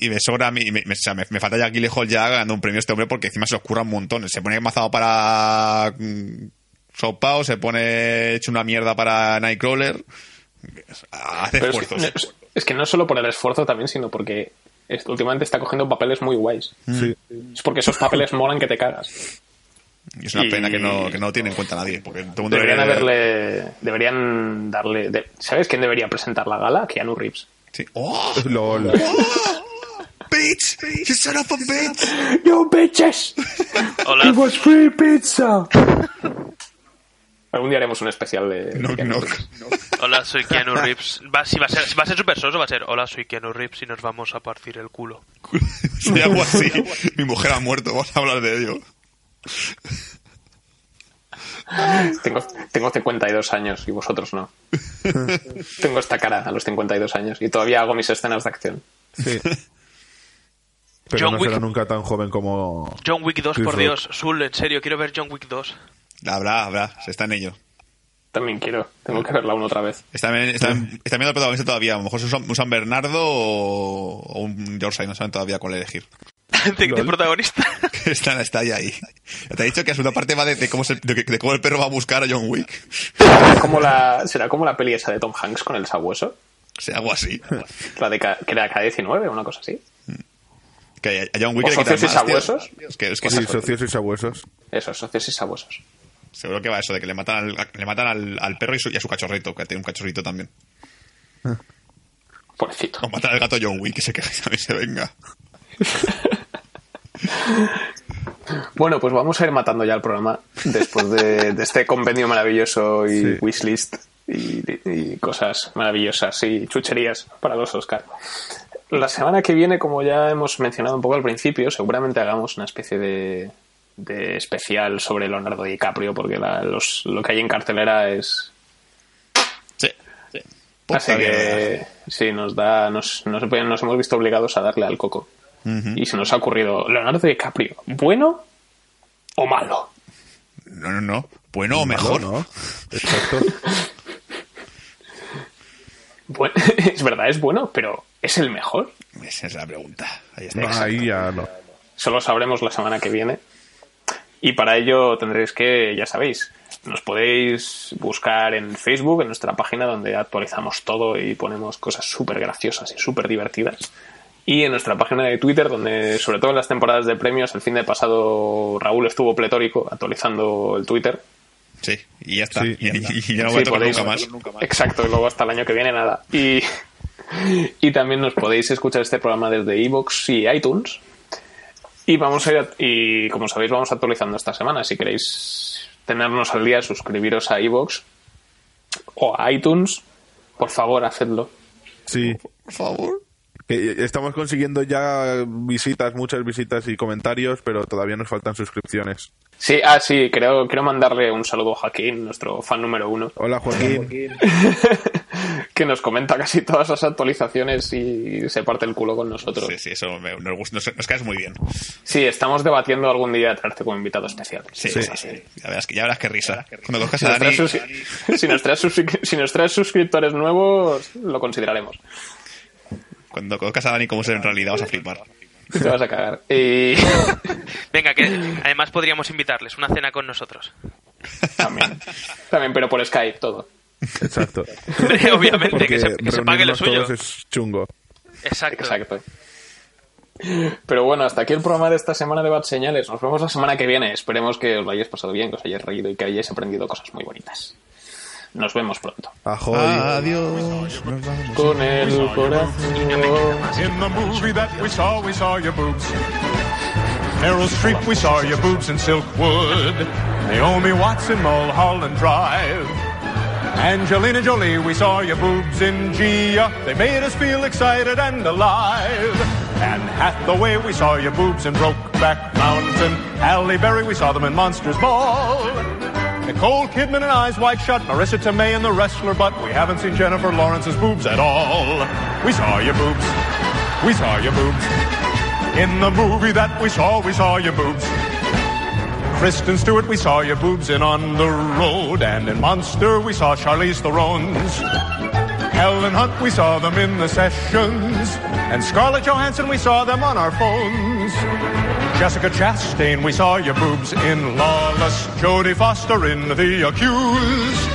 C: Y me sobra a mí, me, me- o sea, me, me falta ya Gilly Hall ya ganando un premio a este hombre porque encima se los curra un montón. Se pone mazado para mm, Sopao, se pone hecho una mierda para Nightcrawler. Hace
D: Pero es, que,
C: esfuerzos. eh.
D: no- es- es que no solo por el esfuerzo también, sino porque es- últimamente está cogiendo papeles muy guays.
C: Mm.
E: Sí.
D: Es porque esos papeles molan que te cagas.
C: Y es una
D: y-
C: pena que no, que no lo tiene en cuenta nadie. Porque todo el mundo
D: Deberían
C: le-
D: haberle. Deberían darle. de- ¿Sabes quién debería presentar la gala? Keanu Reeves.
C: Sí. ¡Oh!
E: LOL.
C: ¡Bitch! ¡You son of a bitch!
D: ¡Yo, bitches!
F: Hola.
D: free pizza! Algún día haremos un especial de.
C: Knock,
D: Keanu
C: knock.
D: Reeves.
F: Hola, soy Keanu Reeves. Va, si va a ser, si va a ser super soso, va a ser Hola, soy Keanu Reeves y nos vamos a partir el culo.
C: Soy algo así. Mi mujer ha muerto, vamos a hablar de ello.
D: Tengo, tengo 52 años y vosotros no. tengo esta cara a los 52 años y todavía hago mis escenas de acción.
E: Sí. Pero
F: John
E: no
F: Wick.
E: será nunca tan joven como.
F: John Wick 2,
E: Chris
F: por
E: Rock.
F: Dios. Sul, en serio, quiero ver John Wick 2.
C: Habrá, habrá. Se está en ello.
D: También quiero. Tengo que verla una otra vez.
C: Están, están, están viendo el protagonista todavía. A lo mejor es un, San- un San Bernardo o, o un Yorkshire. No saben todavía cuál elegir.
F: de, de protagonista.
C: Está, está ya ahí. Ya Te he dicho que la segunda parte va de, de cómo es el, de, de cómo el perro va a buscar a John Wick.
D: ¿Será como la, será como la peli esa de Tom Hanks con el sabueso?
C: O sea, algo así.
D: La de, ca- que era K-19 o una cosa así.
C: Que a- a John Wick
D: ¿O
C: le quitan
D: socios y
C: más, tío.
D: sabuesos?
C: Es que, es que
E: Sí,
C: esa-
E: socios y sabuesos.
D: Eso, socios y sabuesos.
C: seguro que va eso, de que le matan al, le matan al, al perro y, su- y a su cachorrito, que tiene un cachorrito también.
D: Pobrecito.
C: O matan al gato John Wick, que se queja y también se venga.
D: Bueno, pues vamos a ir matando ya el programa después de, de este compendio maravilloso y
E: Sí.
D: wishlist y, y cosas maravillosas y chucherías para los Oscar. La semana que viene, como ya hemos mencionado un poco al principio, seguramente hagamos una especie de, de especial sobre Leonardo DiCaprio, porque la- los- lo que hay en cartelera es,
C: Sí. sí.
D: Así
C: Puta mierda.
D: que sí, nos da, nos, nos, nos hemos visto obligados a darle al coco. Y se nos ha ocurrido Leonardo DiCaprio, ¿bueno o malo?
C: No, no, no. Bueno o mejor.
E: Malo, ¿no? Exacto.
D: Bu- es verdad, es bueno, pero ¿es el mejor?
C: Esa es la pregunta. Ahí está.
E: No, ahí ya no.
D: Solo sabremos la semana que viene. Y para ello tendréis que, ya sabéis, nos podéis buscar en Facebook, en nuestra página donde actualizamos todo y ponemos cosas súper graciosas y súper divertidas. Y en nuestra página de Twitter, donde sobre todo en las temporadas de premios, el fin de pasado Raúl estuvo pletórico actualizando el Twitter.
C: Sí, y ya está.
E: Sí,
C: y,
E: ya está.
C: y- y ya no voy a
D: Sí,
C: tocar
D: podéis-
C: nunca más.
D: Exacto, y luego hasta el año que viene nada. Y, y también nos podéis escuchar este programa desde iVoox y iTunes. Y vamos a ir a- y como sabéis vamos actualizando esta semana. Si queréis tenernos al día, suscribiros a iVoox o a iTunes, por favor, hacedlo.
E: Sí.
C: Por favor.
E: Eh, Estamos consiguiendo ya visitas, muchas visitas y comentarios, pero todavía nos faltan suscripciones.
D: Sí, ah, sí, creo, quiero mandarle un saludo a Joaquín, nuestro fan número uno,
E: Hola Joaquín.
D: que nos comenta casi todas las actualizaciones y se parte el culo con nosotros.
C: Sí, sí, eso me- nos, gusta, nos, nos caes muy bien.
D: Sí, estamos debatiendo algún día traerte como invitado especial.
C: Sí, sí, sí. Ya, verás que, ya verás que risa. Cuando cojas
D: Si
C: a
D: nos,
C: Dani,
D: traes sus- si nos traes sus- si nos traes suscriptores nuevos, lo consideraremos.
C: cuando conozcas a Dani como es en realidad, vas a flipar.
D: Te vas a cagar. Y
F: Venga, que además podríamos invitarles una cena con nosotros.
D: también, también, pero por Skype todo.
E: Exacto.
F: Hombre, Obviamente, que se, que se pague lo
E: reunirnos
F: suyo.
E: todos es chungo.
F: Exacto.
D: Exacto. Pero bueno, hasta aquí el programa de esta semana de Bad Señales. Nos vemos la semana que viene. Esperemos que os lo hayáis pasado bien, que os hayáis reído y que hayáis aprendido cosas muy bonitas. Nos vemos pronto.
E: Ajoy.
C: Ah, Adiós. nos vamos.
D: Con el corazón.
H: In the movie that we saw, we saw your boobs. Meryl Streep, we saw your boobs in Silkwood. Naomi Watts in Mulholland Drive. Angelina Jolie, we saw your boobs in Gia. They made us feel excited and alive. And Hathaway, we saw your boobs in Brokeback Mountain. Halle Berry, we saw them in Monsters Ball. Nicole Kidman and Eyes Wide Shut, Marissa Tomei and The Wrestler, but we haven't seen Jennifer Lawrence's boobs at all. We saw your boobs. We saw your boobs. In the movie that we saw, we saw your boobs. Kristen Stewart, we saw your boobs in On the Road, and in Monster, we saw Charlize Theron's. Helen Hunt, we saw them in the sessions. And Scarlett Johansson, we saw them on our phones. Jessica Chastain, we saw your boobs in Lawless. Jodie Foster in The Accused.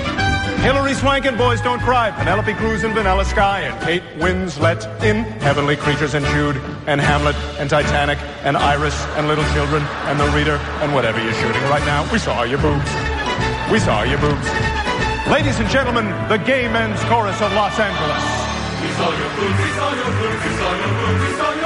H: Hilary Swank in Boys Don't Cry. Penelope Cruz in Vanilla Sky. And Kate Winslet in Heavenly Creatures and Jude. And Hamlet and Titanic and Iris and Little Children and The Reader and whatever you're shooting right now. We saw your boobs. We saw your boobs. Ladies and gentlemen, the Gay Men's Chorus of Los Angeles. We saw your boobs, we saw your boobs, we saw your boobs, we saw your